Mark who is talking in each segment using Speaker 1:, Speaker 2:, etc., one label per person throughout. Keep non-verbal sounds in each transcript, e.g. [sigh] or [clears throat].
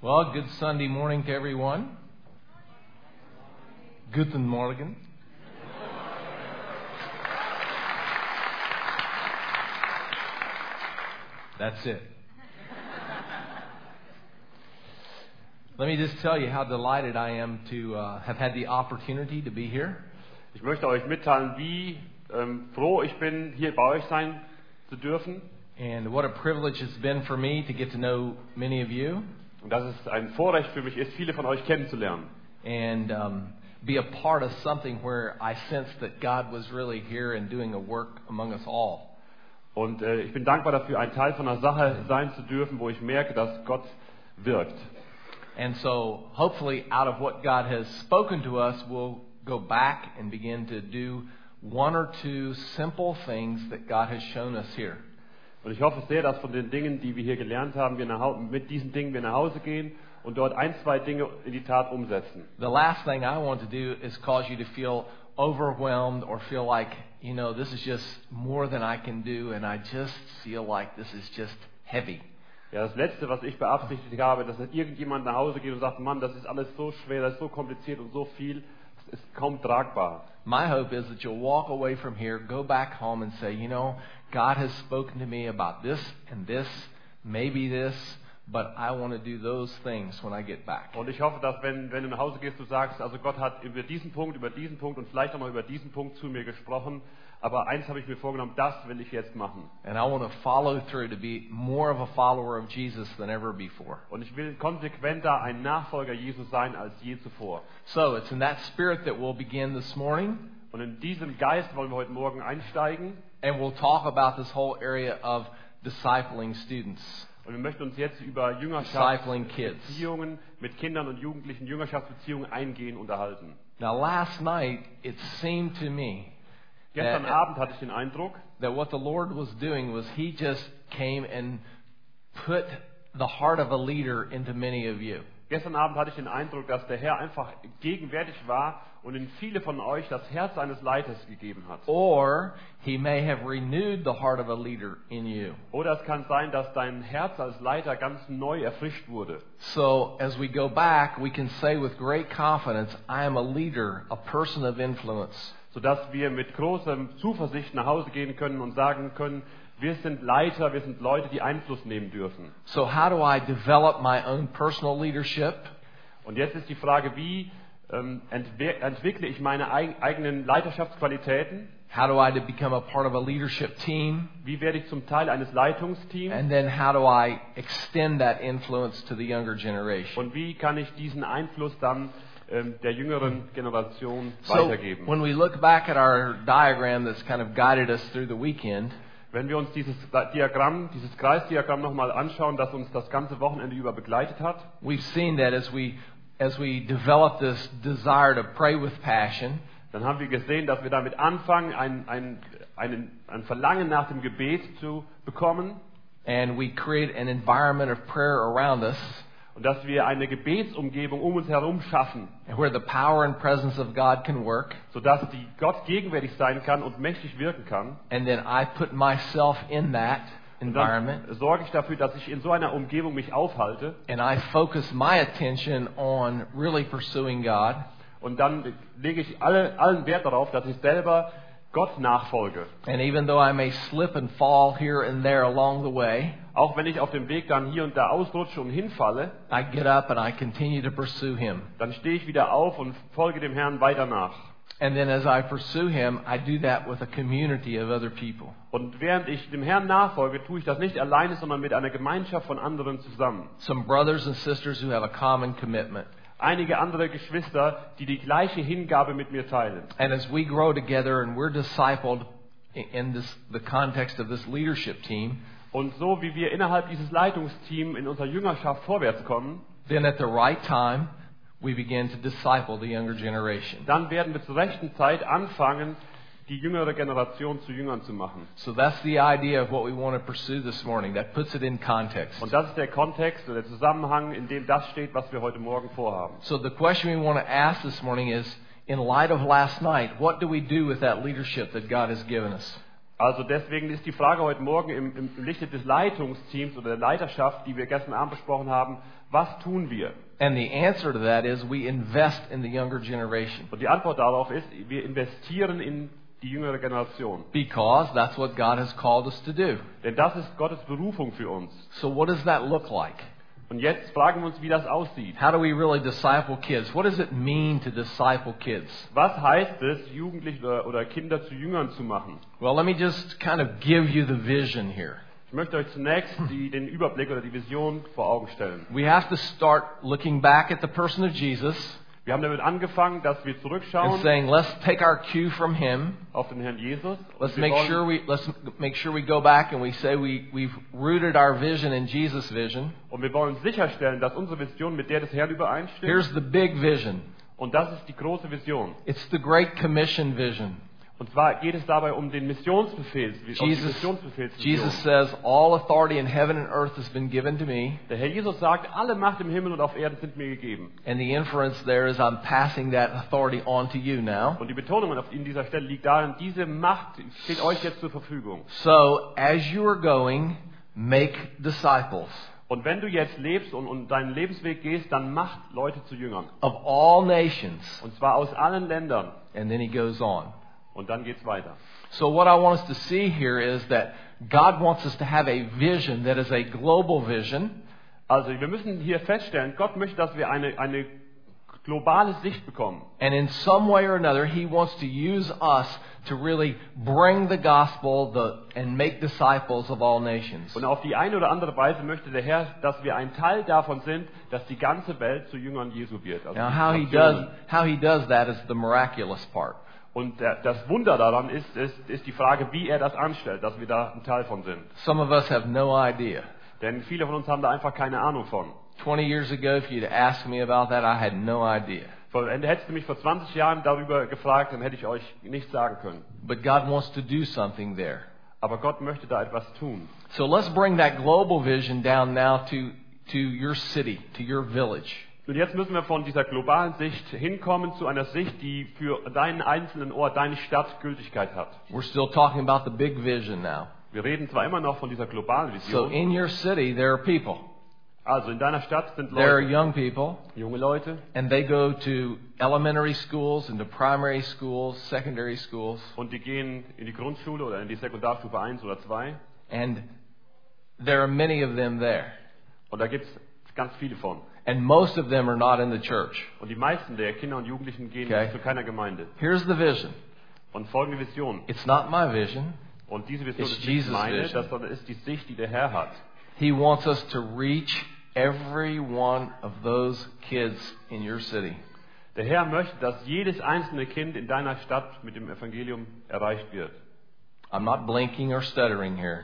Speaker 1: Well, good Sunday morning to everyone. Guten Morgen. That's it. Let me just tell you how delighted I am to uh, have had the opportunity to be here.
Speaker 2: Ich möchte euch mitteilen, wie ähm, froh ich bin, hier bei euch sein zu dürfen.
Speaker 1: And what a privilege it's been for me to get to know many of you
Speaker 2: Und dass es ein Vorrecht für mich ist, viele von euch kennenzulernen.
Speaker 1: and um, be a part of something where I sensed that God was really here and doing a work among us all.
Speaker 2: Und äh, ich bin dankbar dafür, ein Teil von einer Sache sein zu dürfen, wo ich merke, dass Gott wirkt.
Speaker 1: And so, hopefully, out of what God has spoken to us, we'll go back and begin to do one or two simple things that God has shown us here.
Speaker 2: Und ich hoffe sehr, dass von den Dingen, die wir hier gelernt haben, wir nach, Hau- mit diesen Dingen wir nach Hause gehen und dort ein, zwei Dinge in die Tat umsetzen.
Speaker 1: The last thing I want to do is cause you to feel overwhelmed or feel like, you know, this is just more than I can do, and I just feel like this is just heavy.
Speaker 2: Ja, das Letzte, was ich beabsichtigt habe, dass nicht irgendjemand nach Hause geht und sagt, Mann, das ist alles so schwer, das ist so kompliziert und so viel, es ist kaum tragbar.
Speaker 1: My hope is that you'll walk away from here, go back home, and say, you know, God has spoken to me about this and this, maybe this, but I want to do those things when I get back.
Speaker 2: Und ich hoffe, dass wenn, wenn du nach Hause gehst, du sagst, also Gott hat über diesen Punkt, über diesen Punkt und vielleicht auch mal über diesen Punkt zu mir gesprochen, aber eins habe ich mir vorgenommen, das will ich jetzt machen.
Speaker 1: And I want to follow through to be more of a follower of Jesus than ever before.
Speaker 2: Und ich will konsequenter ein Nachfolger Jesus sein als je zuvor.
Speaker 1: So it's in that spirit that we'll begin this morning,
Speaker 2: Und in diesem Geist wollen wir heute Morgen einsteigen
Speaker 1: and we'll talk about this whole area of discipling students,
Speaker 2: und wir möchten uns jetzt über
Speaker 1: discipling kids.
Speaker 2: Jüngerschaftsbeziehungen mit Kindern und Jugendlichen, Jüngerschaftsbeziehungen eingehen, unterhalten.
Speaker 1: Now, last night, it seemed to me
Speaker 2: Gestern
Speaker 1: Äh, äh.
Speaker 2: Abend hatte ich den Eindruck,
Speaker 1: that what the Lord was doing was He just came and put the heart of a leader into many of you.
Speaker 2: gestern Abend hatte ich den Eindruck, dass der Herr einfach gegenwärtig war und in viele von euch das Herz eines Leiters gegeben hat.
Speaker 1: Or He may have renewed the heart of a leader in you.
Speaker 2: Oder es kann sein, dass dein Herz als Leiter ganz neu erfrischt wurde.
Speaker 1: So as we go back, we can say with great confidence, I am a leader, a person of influence.
Speaker 2: sodass wir mit großer Zuversicht nach Hause gehen können und sagen können, wir sind Leiter, wir sind Leute, die Einfluss nehmen dürfen.
Speaker 1: So how do I develop my own personal leadership?
Speaker 2: Und jetzt ist die Frage, wie ähm, entwe entwickle ich meine eig eigenen Leiterschaftsqualitäten?
Speaker 1: How do I to become a part of a leadership team?
Speaker 2: Wie werde ich zum Teil eines Leitungsteams?
Speaker 1: And then how do I extend that influence to the younger generation?
Speaker 2: Und wie kann ich diesen Einfluss dann ähm, der jüngeren Generation
Speaker 1: So
Speaker 2: weitergeben?
Speaker 1: when we look back at our diagram that's kind of guided us through the weekend,
Speaker 2: Wenn wir uns dieses Diagramm, dieses Kreisdiagramm nochmal anschauen, das uns das ganze Wochenende über begleitet hat,
Speaker 1: we've seen that as we as we develop this desire to pray with passion,
Speaker 2: dann haben wir gesehen, dass wir damit anfangen, ein, ein, einen, ein Verlangen nach dem Gebet zu bekommen
Speaker 1: and we create an environment of prayer around us
Speaker 2: und dass wir eine Gebetsumgebung um uns herum schaffen,
Speaker 1: where the power and presence of God can work.
Speaker 2: sodass die Gott gegenwärtig sein kann und mächtig wirken kann.
Speaker 1: And then I put myself in that
Speaker 2: Und dann
Speaker 1: environment
Speaker 2: sorge ich dafür, dass ich in so einer Umgebung mich aufhalte
Speaker 1: and I focus my attention on really pursuing God.
Speaker 2: und dann lege ich alle, allen Wert darauf, dass ich selber Gott nachfolge.
Speaker 1: And even though I may slip and fall here and there along the way,
Speaker 2: Auch wenn ich auf dem Weg dann hier und da ausrutsche und hinfalle,
Speaker 1: I get up and I continue to pursue Him.
Speaker 2: dann stehe ich wieder auf und folge dem Herrn weiter nach.
Speaker 1: And then as I pursue Him, I do that with a community of other people.
Speaker 2: Und während ich dem Herrn nachfolge, tue ich das nicht alleine, sondern mit einer Gemeinschaft von anderen zusammen.
Speaker 1: Some brothers and sisters who have a common commitment.
Speaker 2: Einige andere Geschwister, die die gleiche Hingabe mit mir teilen.
Speaker 1: And as we grow together and we're discipled i- in this, the context of this leadership team,
Speaker 2: Und so wie wir innerhalb dieses Leitungsteams in unserer Jüngerschaft vorwärts kommen,
Speaker 1: then at the right time, we begin to disciple the younger generation.
Speaker 2: dann werden wir zur rechten Zeit anfangen, die jüngere Generation zu Jüngern zu machen.
Speaker 1: So that's the idea of what we want to pursue this morning. That puts it in context.
Speaker 2: Und das ist der Kontext oder der Zusammenhang, in dem das steht, was wir heute Morgen vorhaben.
Speaker 1: So the question we want to ask this morning is, in light of last night, what do we do with that leadership that God has given us?
Speaker 2: Also deswegen ist die Frage heute Morgen im, im im Lichte des Leitungsteams oder der Leiterschaft, die wir gestern Abend besprochen haben, was tun wir?
Speaker 1: And the answer to that is we invest in the younger generation
Speaker 2: Und die Antwort darauf ist, wir investieren in die jüngere Generation.
Speaker 1: because that's what God has called us to do.
Speaker 2: Denn das ist Gottes Berufung für uns.
Speaker 1: So, what does that look like?
Speaker 2: Und jetzt fragen wir uns, wie das aussieht.
Speaker 1: How do we really disciple kids? What does it mean to disciple kids?
Speaker 2: Was heißt es, Jugendliche oder, oder Kinder zu Jüngern zu machen?
Speaker 1: Well, let me just kind of give you the vision here.
Speaker 2: Ich möchte euch zunächst die, den Überblick oder die Vision vor Augen stellen.
Speaker 1: We have to start looking back at the person of Jesus
Speaker 2: Wir haben damit angefangen, dass wir
Speaker 1: and
Speaker 2: zurückschauen
Speaker 1: saying, let's take our cue from him.
Speaker 2: auf den Herrn Jesus.
Speaker 1: Let's
Speaker 2: Wir
Speaker 1: make
Speaker 2: sollen-
Speaker 1: sure we let's make sure we go back and we say we, we've rooted our vision in Jesus' vision.
Speaker 2: Und wir wollen sicherstellen, dass unsere Vision mit der des Herrn übereinstimmt.
Speaker 1: Here's the big vision.
Speaker 2: Und das ist die große Vision.
Speaker 1: It's the Great Commission vision.
Speaker 2: Und zwar geht es dabei um den Missionsbefehl, um die
Speaker 1: Jesus,
Speaker 2: Missionsbefehlsvision.
Speaker 1: Jesus says, All authority in heaven and earth has been given to me.
Speaker 2: Der Herr Jesus sagt, alle Macht im Himmel und auf Erden sind mir gegeben.
Speaker 1: And the inference there is I'm passing that authority on to you now.
Speaker 2: Und die Betonung auf in dieser Stelle liegt darin, diese Macht steht euch jetzt zur Verfügung.
Speaker 1: So as you are going, make disciples
Speaker 2: Und wenn du jetzt lebst und, und deinen Lebensweg gehst, dann macht Leute zu Jüngern.
Speaker 1: of all nations.
Speaker 2: Und zwar aus allen Ländern.
Speaker 1: And then he goes on.
Speaker 2: Und dann geht's weiter.
Speaker 1: So what I want us to see here is that God wants us to have a vision that is a global vision.
Speaker 2: Also wir müssen hier feststellen, Gott möchte, dass wir eine, eine globale Sicht bekommen.
Speaker 1: And in some way or another, he wants to use us to really bring the gospel the, and make disciples of all nations.
Speaker 2: Und auf die eine oder andere Weise möchte der Herr, dass wir ein Teil davon sind, dass die ganze Welt zu Jüngern Jesu wird. Also
Speaker 1: Now,
Speaker 2: die
Speaker 1: how he
Speaker 2: Nationen.
Speaker 1: does how he does that is the miraculous part.
Speaker 2: Und der, das Wunder daran ist, ist, ist die Frage, wie er das anstellt, dass wir da ein Teil von sind.
Speaker 1: Some of us have no idea.
Speaker 2: Denn viele von uns haben da einfach keine Ahnung von.
Speaker 1: Twenty years ago, if you'd asked me about that, I had no idea.
Speaker 2: Vor- Hättest du mich vor 20 Jahren darüber gefragt, dann hätte ich euch nichts sagen können.
Speaker 1: But God wants to do something there.
Speaker 2: Aber Gott möchte da etwas tun.
Speaker 1: So let's bring that global vision down now to to your city, to your village.
Speaker 2: Und jetzt müssen wir von dieser globalen Sicht hinkommen zu einer Sicht, die für deinen einzelnen Ort, deine Stadt Gültigkeit hat.
Speaker 1: We're still talking about the big vision now.
Speaker 2: Wir reden zwar immer noch von dieser globalen
Speaker 1: So
Speaker 2: Vision.
Speaker 1: in your city, there are people.
Speaker 2: Also in deiner Stadt sind
Speaker 1: There are
Speaker 2: Leute,
Speaker 1: young people,
Speaker 2: junge Leute,
Speaker 1: and they go to elementary schools, into primary schools, secondary schools,
Speaker 2: und die gehen in die Grundschule oder in die Sekundarstufe 1 oder 2.
Speaker 1: and there are many of them there.
Speaker 2: Und da gibt es ganz viele von.
Speaker 1: And most of them are not in the church.
Speaker 2: Und die meisten der Kinder und Jugendlichen gehen
Speaker 1: Okay.
Speaker 2: zu keiner Gemeinde.
Speaker 1: Here's the vision.
Speaker 2: Und folgende Vision.
Speaker 1: It's not my vision.
Speaker 2: Und diese Vision
Speaker 1: It's
Speaker 2: ist nicht
Speaker 1: Jesus'
Speaker 2: meine,
Speaker 1: vision.
Speaker 2: das sondern ist die Sicht, die der Herr hat.
Speaker 1: He wants us to reach every one of those kids in your city.
Speaker 2: Der Herr möchte, dass jedes einzelne Kind in deiner Stadt mit dem Evangelium erreicht wird.
Speaker 1: I'm not blinking or stuttering here.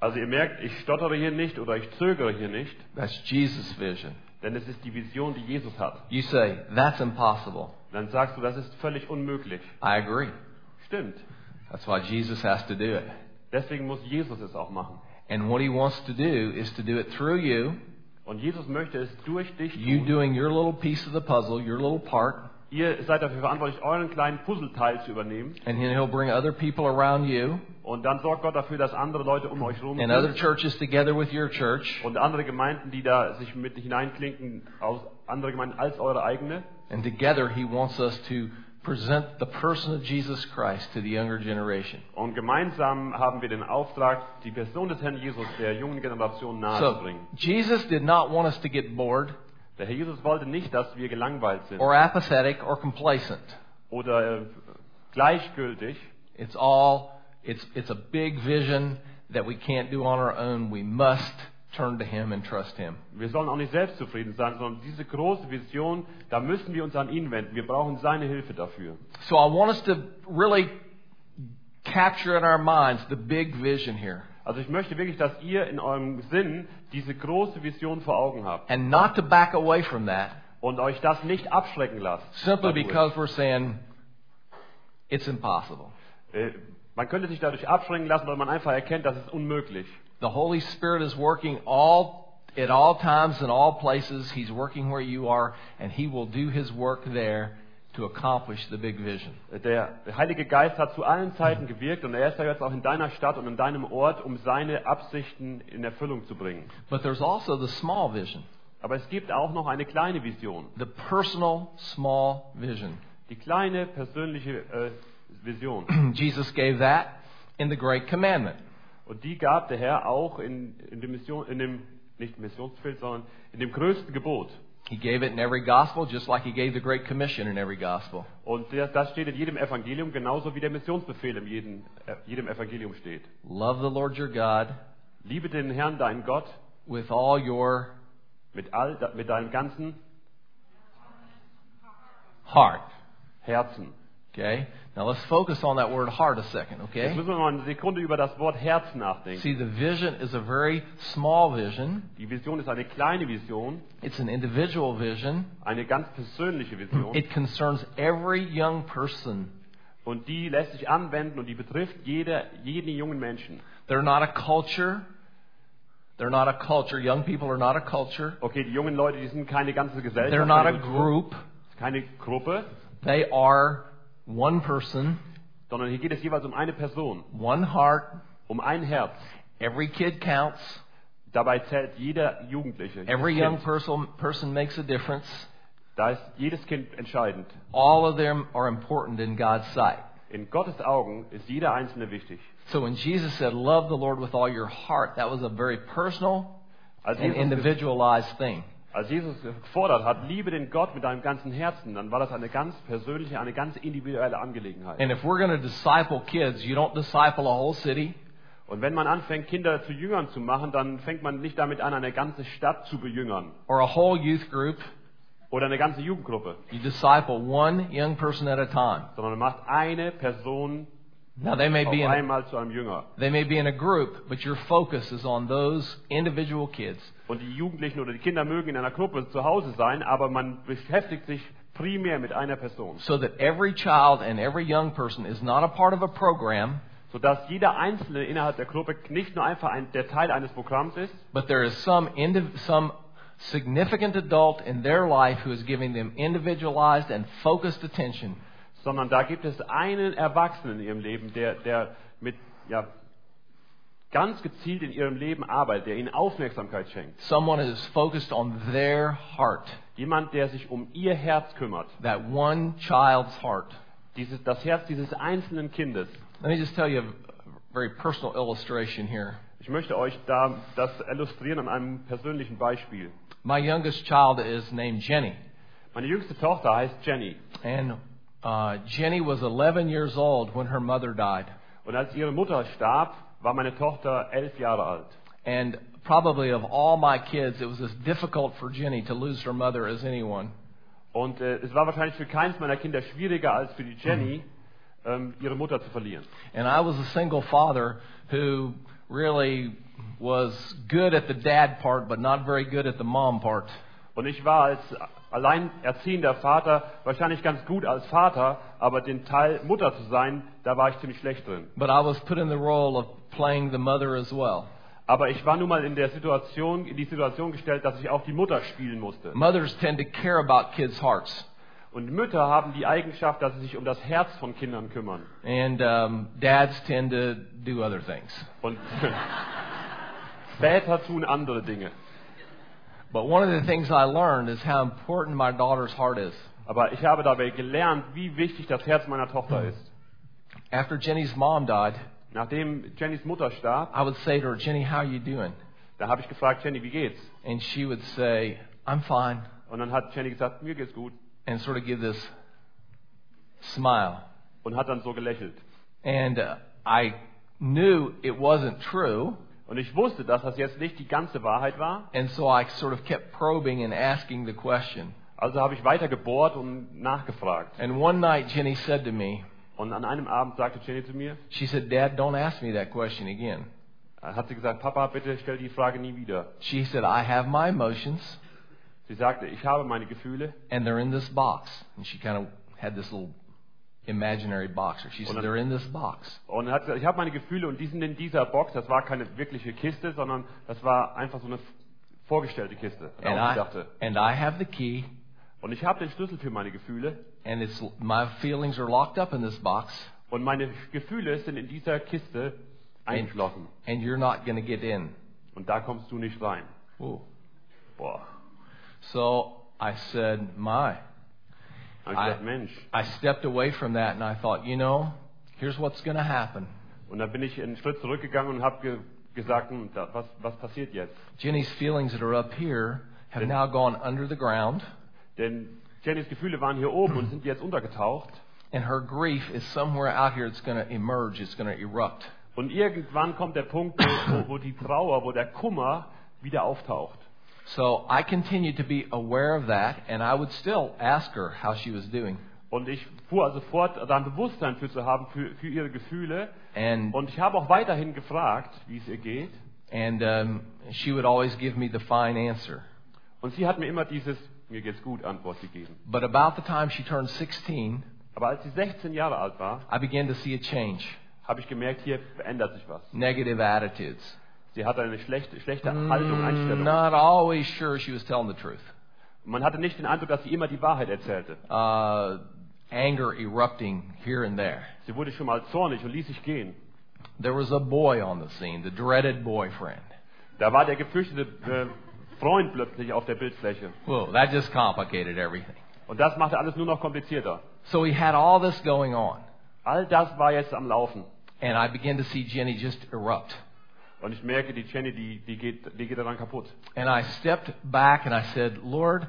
Speaker 2: Also ihr merkt, ich stottere hier nicht oder ich zögere hier nicht,
Speaker 1: That's Jesus' vision.
Speaker 2: denn es ist die Vision, die Jesus hat.
Speaker 1: You say, that's impossible.
Speaker 2: Dann sagst du, das ist völlig unmöglich.
Speaker 1: I agree.
Speaker 2: Stimmt.
Speaker 1: That's why Jesus has to do it.
Speaker 2: Deswegen muss Jesus es auch machen.
Speaker 1: And what he wants to do is to do it through you,
Speaker 2: Und Jesus möchte es durch dich
Speaker 1: you
Speaker 2: tun.
Speaker 1: doing your little piece of the puzzle, your little part,
Speaker 2: Ihr seid dafür verantwortlich, euren kleinen Puzzleteil zu übernehmen.
Speaker 1: and then he'll bring other people around you
Speaker 2: Und dann sorgt Gott dafür, dass andere Leute um euch herum
Speaker 1: and
Speaker 2: sind.
Speaker 1: other churches together with your church.
Speaker 2: und andere Gemeinden, die da sich mit hineinklinken, aus andere Gemeinden als eure eigene.
Speaker 1: And together he wants us to present the person of Jesus Christ to the younger generation.
Speaker 2: Und gemeinsam haben wir den Auftrag, die Person des Herrn Jesus der jungen Generation
Speaker 1: So,
Speaker 2: nahezubringen.
Speaker 1: Jesus did not want us to get bored
Speaker 2: Der Herr Jesus wollte nicht, dass wir gelangweilt sind
Speaker 1: or apathetic or complacent.
Speaker 2: oder äh, gleichgültig.
Speaker 1: It's all, it's, it's a big vision that we can't do on our own. We must turn to him and trust him.
Speaker 2: Wir sollen auch nicht selbstzufrieden sein, sondern diese große Vision, da müssen wir uns an ihn wenden. Wir brauchen seine Hilfe dafür.
Speaker 1: So I want us to really capture in our minds the big vision here.
Speaker 2: Also ich möchte wirklich, dass ihr in eurem Sinn diese große Vision vor Augen habt
Speaker 1: And not to back away from that
Speaker 2: und euch das nicht abschrecken lasst.
Speaker 1: simply
Speaker 2: Dadurch.
Speaker 1: because we're saying it's impossible.
Speaker 2: Äh, Man könnte sich dadurch abschrecken lassen, weil man einfach erkennt, das ist unmöglich.
Speaker 1: The Holy Spirit is working all at all times in all places. He's working where you are, and He will do His work there to accomplish the big vision.
Speaker 2: Der Heilige Geist hat zu allen Zeiten gewirkt und er ist ja jetzt auch in deiner Stadt und in deinem Ort, um seine Absichten in Erfüllung zu bringen.
Speaker 1: But there's also the small vision,
Speaker 2: Aber es gibt auch noch eine kleine Vision,
Speaker 1: the personal small vision. [clears throat]
Speaker 2: die kleine persönliche äh, Vision.
Speaker 1: [clears throat] Jesus gave that in the Great Commandment.
Speaker 2: Und die gab der Herr auch in, in dem Mission, in dem nicht Missionsfeld, sondern in dem größten Gebot.
Speaker 1: He gave it in every gospel, just like He gave the Great Commission in every gospel.
Speaker 2: Und das, das steht in jedem Evangelium genauso wie der Missionsbefehl in jedem, äh, jedem Evangelium steht.
Speaker 1: Love the Lord your God
Speaker 2: Liebe den Herrn, deinen Gott,
Speaker 1: with all your
Speaker 2: mit, all, mit deinem ganzen
Speaker 1: heart.
Speaker 2: Herzen.
Speaker 1: Okay? Now let's focus on that word heart a second,
Speaker 2: Jetzt
Speaker 1: okay?
Speaker 2: müssen wir mal eine Sekunde über das Wort Herz nachdenken.
Speaker 1: See, the vision is a very small vision.
Speaker 2: Die Vision ist eine kleine Vision,
Speaker 1: It's an individual vision.
Speaker 2: eine ganz persönliche Vision.
Speaker 1: It concerns every young person.
Speaker 2: Und die lässt sich anwenden und die betrifft jeder, jeden jungen Menschen.
Speaker 1: They're not a culture. They're not a culture. Young people are not a culture.
Speaker 2: Okay, die jungen Leute, die sind keine ganze Gesellschaft,
Speaker 1: They're not a
Speaker 2: keine Kultur,
Speaker 1: group.
Speaker 2: keine Gruppe,
Speaker 1: They are one person,
Speaker 2: sondern hier geht es jeweils um eine Person,
Speaker 1: one heart.
Speaker 2: um ein Herz.
Speaker 1: Every kid counts.
Speaker 2: Dabei zählt jeder Jugendliche. jedes
Speaker 1: Every young
Speaker 2: kind.
Speaker 1: person, person makes a difference.
Speaker 2: Da ist jedes Kind entscheidend.
Speaker 1: All of them are important in God's sight.
Speaker 2: In Gottes Augen ist jeder Einzelne wichtig.
Speaker 1: So when Jesus said, Love the Lord with all your heart, that was a very personal
Speaker 2: Als
Speaker 1: and
Speaker 2: Jesus,
Speaker 1: individualized thing.
Speaker 2: als Jesus gefordert hat, liebe den Gott mit deinem ganzen Herzen, dann war das eine ganz persönliche, eine ganz individuelle Angelegenheit.
Speaker 1: And if we're going to disciple kids, you don't disciple a whole city.
Speaker 2: Und wenn man anfängt, Kinder zu Jüngern zu machen, dann fängt man nicht damit an, eine ganze Stadt zu bejüngern
Speaker 1: or a whole youth group,
Speaker 2: oder eine ganze Jugendgruppe,
Speaker 1: you disciple one young person at a time.
Speaker 2: sondern man macht eine Person
Speaker 1: Now they may
Speaker 2: auf
Speaker 1: be in a,
Speaker 2: einmal zu einem Jünger.
Speaker 1: they may be in a group, but your focus is on those individual kids.
Speaker 2: Und die Jugendlichen oder die Kinder mögen in einer Gruppe zu Hause sein, aber man beschäftigt sich primär mit einer Person.
Speaker 1: So that every child and every young person is not a part of a program,
Speaker 2: sodass jeder Einzelne innerhalb der Gruppe nicht nur einfach ein, der Teil eines Programms ist,
Speaker 1: but there is some indiv- some significant adult in their life who is giving them individualized and focused attention.
Speaker 2: sondern da gibt es einen Erwachsenen in ihrem Leben, der, der mit, ja, ganz gezielt in ihrem Leben arbeitet, der ihnen Aufmerksamkeit schenkt.
Speaker 1: Someone who is focused on their heart,
Speaker 2: Jemand, der sich um ihr Herz kümmert.
Speaker 1: that one child's heart.
Speaker 2: Dieses, das Herz dieses einzelnen Kindes.
Speaker 1: Let me just tell you a very personal illustration here.
Speaker 2: Ich möchte euch da das illustrieren an einem persönlichen Beispiel.
Speaker 1: My youngest child is named Jenny,
Speaker 2: Meine jüngste Tochter heißt Jenny.
Speaker 1: and uh, Jenny was 11 years old when her mother died,
Speaker 2: Und als ihre Mutter starb, war meine Tochter elf Jahre alt.
Speaker 1: and probably of all my kids, it was as difficult for Jenny to lose her mother as anyone.
Speaker 2: Und äh, es war wahrscheinlich für keines meiner Kinder schwieriger als für die Jenny, ähm, ihre Mutter zu verlieren.
Speaker 1: And I was a single father who really was good at the dad part, but not very good at the mom part.
Speaker 2: Und ich war als alleinerziehender Vater wahrscheinlich ganz gut als Vater, aber den Teil Mutter zu sein, da war ich ziemlich schlecht drin.
Speaker 1: But I was put in the role of playing the mother as well.
Speaker 2: Aber ich war nun mal in der Situation, in die Situation gestellt, dass ich auch die Mutter spielen musste.
Speaker 1: Mothers tend to care about kids' hearts.
Speaker 2: Und Mütter haben die Eigenschaft, dass sie sich um das Herz von Kindern kümmern.
Speaker 1: And um, dads tend to do other things.
Speaker 2: Und [laughs] Väter tun andere Dinge.
Speaker 1: But one of the things I learned is how important my daughter's heart is.
Speaker 2: Aber ich habe dabei gelernt, wie wichtig das Herz meiner Tochter ist.
Speaker 1: After Jenny's mom died,
Speaker 2: Nachdem Jennys Mutter starb,
Speaker 1: I would say to her, Jenny, how are you doing?
Speaker 2: Da habe ich gefragt, Jenny, wie geht's?
Speaker 1: And she would say, I'm fine,
Speaker 2: Und dann hat Jenny gesagt, mir geht's gut.
Speaker 1: and sort of give this smile.
Speaker 2: Und hat dann so gelächelt.
Speaker 1: And uh, I knew it wasn't true,
Speaker 2: Und ich wusste, dass das jetzt nicht die ganze Wahrheit war.
Speaker 1: and so I sort of kept probing and asking the question.
Speaker 2: Also habe ich weiter gebohrt und nachgefragt.
Speaker 1: And one night, Jenny said to me,
Speaker 2: Und an einem Abend sagte Jenny zu mir,
Speaker 1: She said, Dad, don't ask me that question again.
Speaker 2: hat sie gesagt, Papa, bitte stell die Frage nie wieder.
Speaker 1: She said, I have my emotions,
Speaker 2: Sie sagte, ich habe meine Gefühle.
Speaker 1: and they're in this box. And she kind of had this little imaginary box. Or she said, They're in this box.
Speaker 2: Und hat gesagt, ich habe meine Gefühle und die sind in dieser Box. Das war keine wirkliche Kiste, sondern das war einfach so eine vorgestellte Kiste.
Speaker 1: And
Speaker 2: Und,
Speaker 1: I,
Speaker 2: dachte.
Speaker 1: and I have the key,
Speaker 2: Und ich habe den Schlüssel für meine Gefühle
Speaker 1: and it's my feelings are locked up in this box,
Speaker 2: und meine Gefühle sind in dieser Kiste eingeschlossen.
Speaker 1: and you're not going to get in.
Speaker 2: Und da kommst du nicht rein.
Speaker 1: Ooh.
Speaker 2: Boah.
Speaker 1: So I said, "My."
Speaker 2: Da hab ich gesagt, Mensch.
Speaker 1: I stepped away from that and I thought, you know, here's what's going to happen.
Speaker 2: Und dann bin ich einen Schritt zurückgegangen und habe ge gesagt, hm, da, was, was passiert jetzt?
Speaker 1: Jenny's feelings that are up here have now gone under the ground,
Speaker 2: Denn Jennys Gefühle waren hier oben und sind jetzt untergetaucht.
Speaker 1: and her grief is somewhere out here. It's going to emerge. It's going to erupt.
Speaker 2: Und irgendwann kommt der Punkt, wo, wo die Trauer, wo der Kummer wieder auftaucht.
Speaker 1: So I continued to be aware of that, and I would still ask her how she was doing.
Speaker 2: Und ich fuhr also fort, da ein Bewusstsein für zu haben, für, für ihre Gefühle.
Speaker 1: And
Speaker 2: Und ich habe auch weiterhin gefragt, wie es ihr geht.
Speaker 1: and um, she would always give me the fine answer.
Speaker 2: Und sie hat mir immer dieses, mir geht's gut, Antwort gegeben.
Speaker 1: But about the time she turned 16,
Speaker 2: Aber als sie 16 Jahre alt war,
Speaker 1: I began to see a change.
Speaker 2: habe ich gemerkt, hier verändert sich was.
Speaker 1: Negative attitudes.
Speaker 2: Sie hatte eine schlechte, schlechte
Speaker 1: Mm,
Speaker 2: Haltung, Einstellung.
Speaker 1: Not always sure she was telling the truth.
Speaker 2: Man hatte nicht den Eindruck, dass sie immer die Wahrheit erzählte.
Speaker 1: Uh, anger erupting here and there.
Speaker 2: Sie wurde schon mal zornig und ließ sich gehen.
Speaker 1: There was a boy on the scene, the dreaded boyfriend.
Speaker 2: Da war der gefürchtete äh, Freund plötzlich auf der Bildfläche.
Speaker 1: Whoa, that just complicated everything.
Speaker 2: Und das machte alles nur noch komplizierter.
Speaker 1: So he had all this going on,
Speaker 2: All das war jetzt am Laufen.
Speaker 1: and I began to see Jenny just erupt.
Speaker 2: Und ich merke, die Jenny, die, die, geht, die geht daran kaputt.
Speaker 1: And I stepped back and I said, Lord,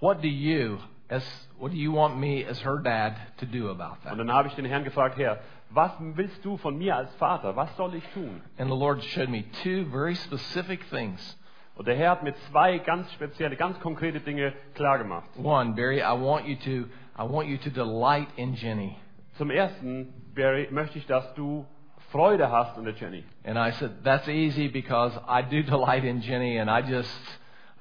Speaker 1: what do you, as, what do you want me as her dad to do about
Speaker 2: Und
Speaker 1: that?
Speaker 2: dann habe ich den Herrn gefragt, Herr, was willst du von mir als Vater? Was soll ich tun?
Speaker 1: And the Lord showed me two very specific things.
Speaker 2: Und der Herr hat mir zwei ganz spezielle, ganz konkrete Dinge klargemacht.
Speaker 1: One, Barry, I want you to, I want you to delight in Jenny.
Speaker 2: Zum Ersten, Barry, möchte ich, dass du Freude hast an der Jenny.
Speaker 1: And I said, that's easy because I do [laughs] delight in Jenny and I just,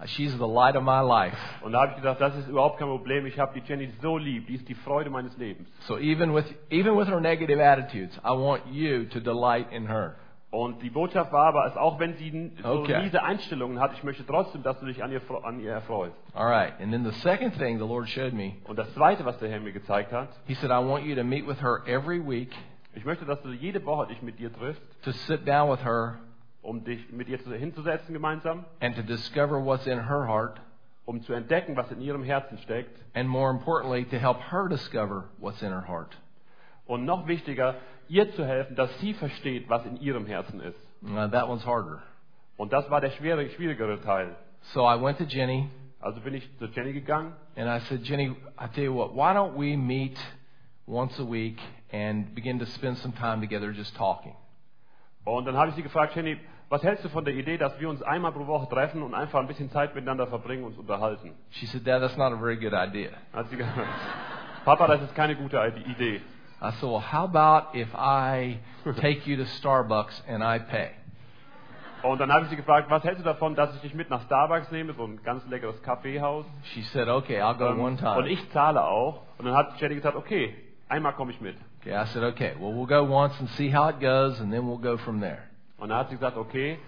Speaker 1: she's the light of my life.
Speaker 2: Und da habe ich gesagt, das ist überhaupt kein Problem. Ich habe die Jenny so lieb. Die ist die Freude meines Lebens.
Speaker 1: So even with, even with her negative attitudes, I want you to delight in her.
Speaker 2: Und die Botschaft war aber, dass auch wenn sie so
Speaker 1: Okay.
Speaker 2: diese Einstellungen hat, ich möchte trotzdem, dass du dich an ihr, fre- an ihr erfreust.
Speaker 1: All right. And then the second thing the Lord showed me,
Speaker 2: Und das Zweite, was der Herr mir gezeigt hat,
Speaker 1: He said, I want you to meet with her every week,
Speaker 2: ich möchte, dass du jede Woche dich mit ihr triffst,
Speaker 1: to sit down with her
Speaker 2: um dich mit ihr zu- hinzusetzen gemeinsam,
Speaker 1: and to discover what's in her heart.
Speaker 2: um zu entdecken, was in ihrem Herzen steckt.
Speaker 1: And more importantly, to help her discover what's in her heart.
Speaker 2: Und noch wichtiger, ihr zu helfen, dass sie versteht, was in ihrem Herzen ist.
Speaker 1: Now, that one's harder.
Speaker 2: Und das war der schwere, schwierigere Teil.
Speaker 1: So I went to Jenny
Speaker 2: Also bin ich zu Jenny gegangen
Speaker 1: And I said, Jenny, I tell you what, why don't we meet once a week and begin to spend some time together just talking?
Speaker 2: und dann habe ich sie gefragt, Jenny, was hältst du von der Idee, dass wir uns einmal pro Woche treffen und einfach ein bisschen Zeit miteinander verbringen und uns unterhalten?
Speaker 1: She said, Dad, that's not a very good idea.
Speaker 2: Hat sie gesagt, [laughs] Papa, das ist keine gute Idee.
Speaker 1: I said, Well, how about if I take you to Starbucks and I pay?
Speaker 2: Und dann habe ich sie gefragt, was hältst du davon, dass ich dich mit nach Starbucks nehme, so ein ganz leckeres Kaffeehaus.
Speaker 1: She said, Okay, I'll
Speaker 2: Um,
Speaker 1: go one
Speaker 2: Und
Speaker 1: time.
Speaker 2: ich zahle auch. Und dann hat Jenny gesagt, okay, einmal komme ich mit.
Speaker 1: Okay, I said, Okay, well, we'll go once and see how it goes, and then we'll go from there.
Speaker 2: Und dann hat sie gesagt, okay,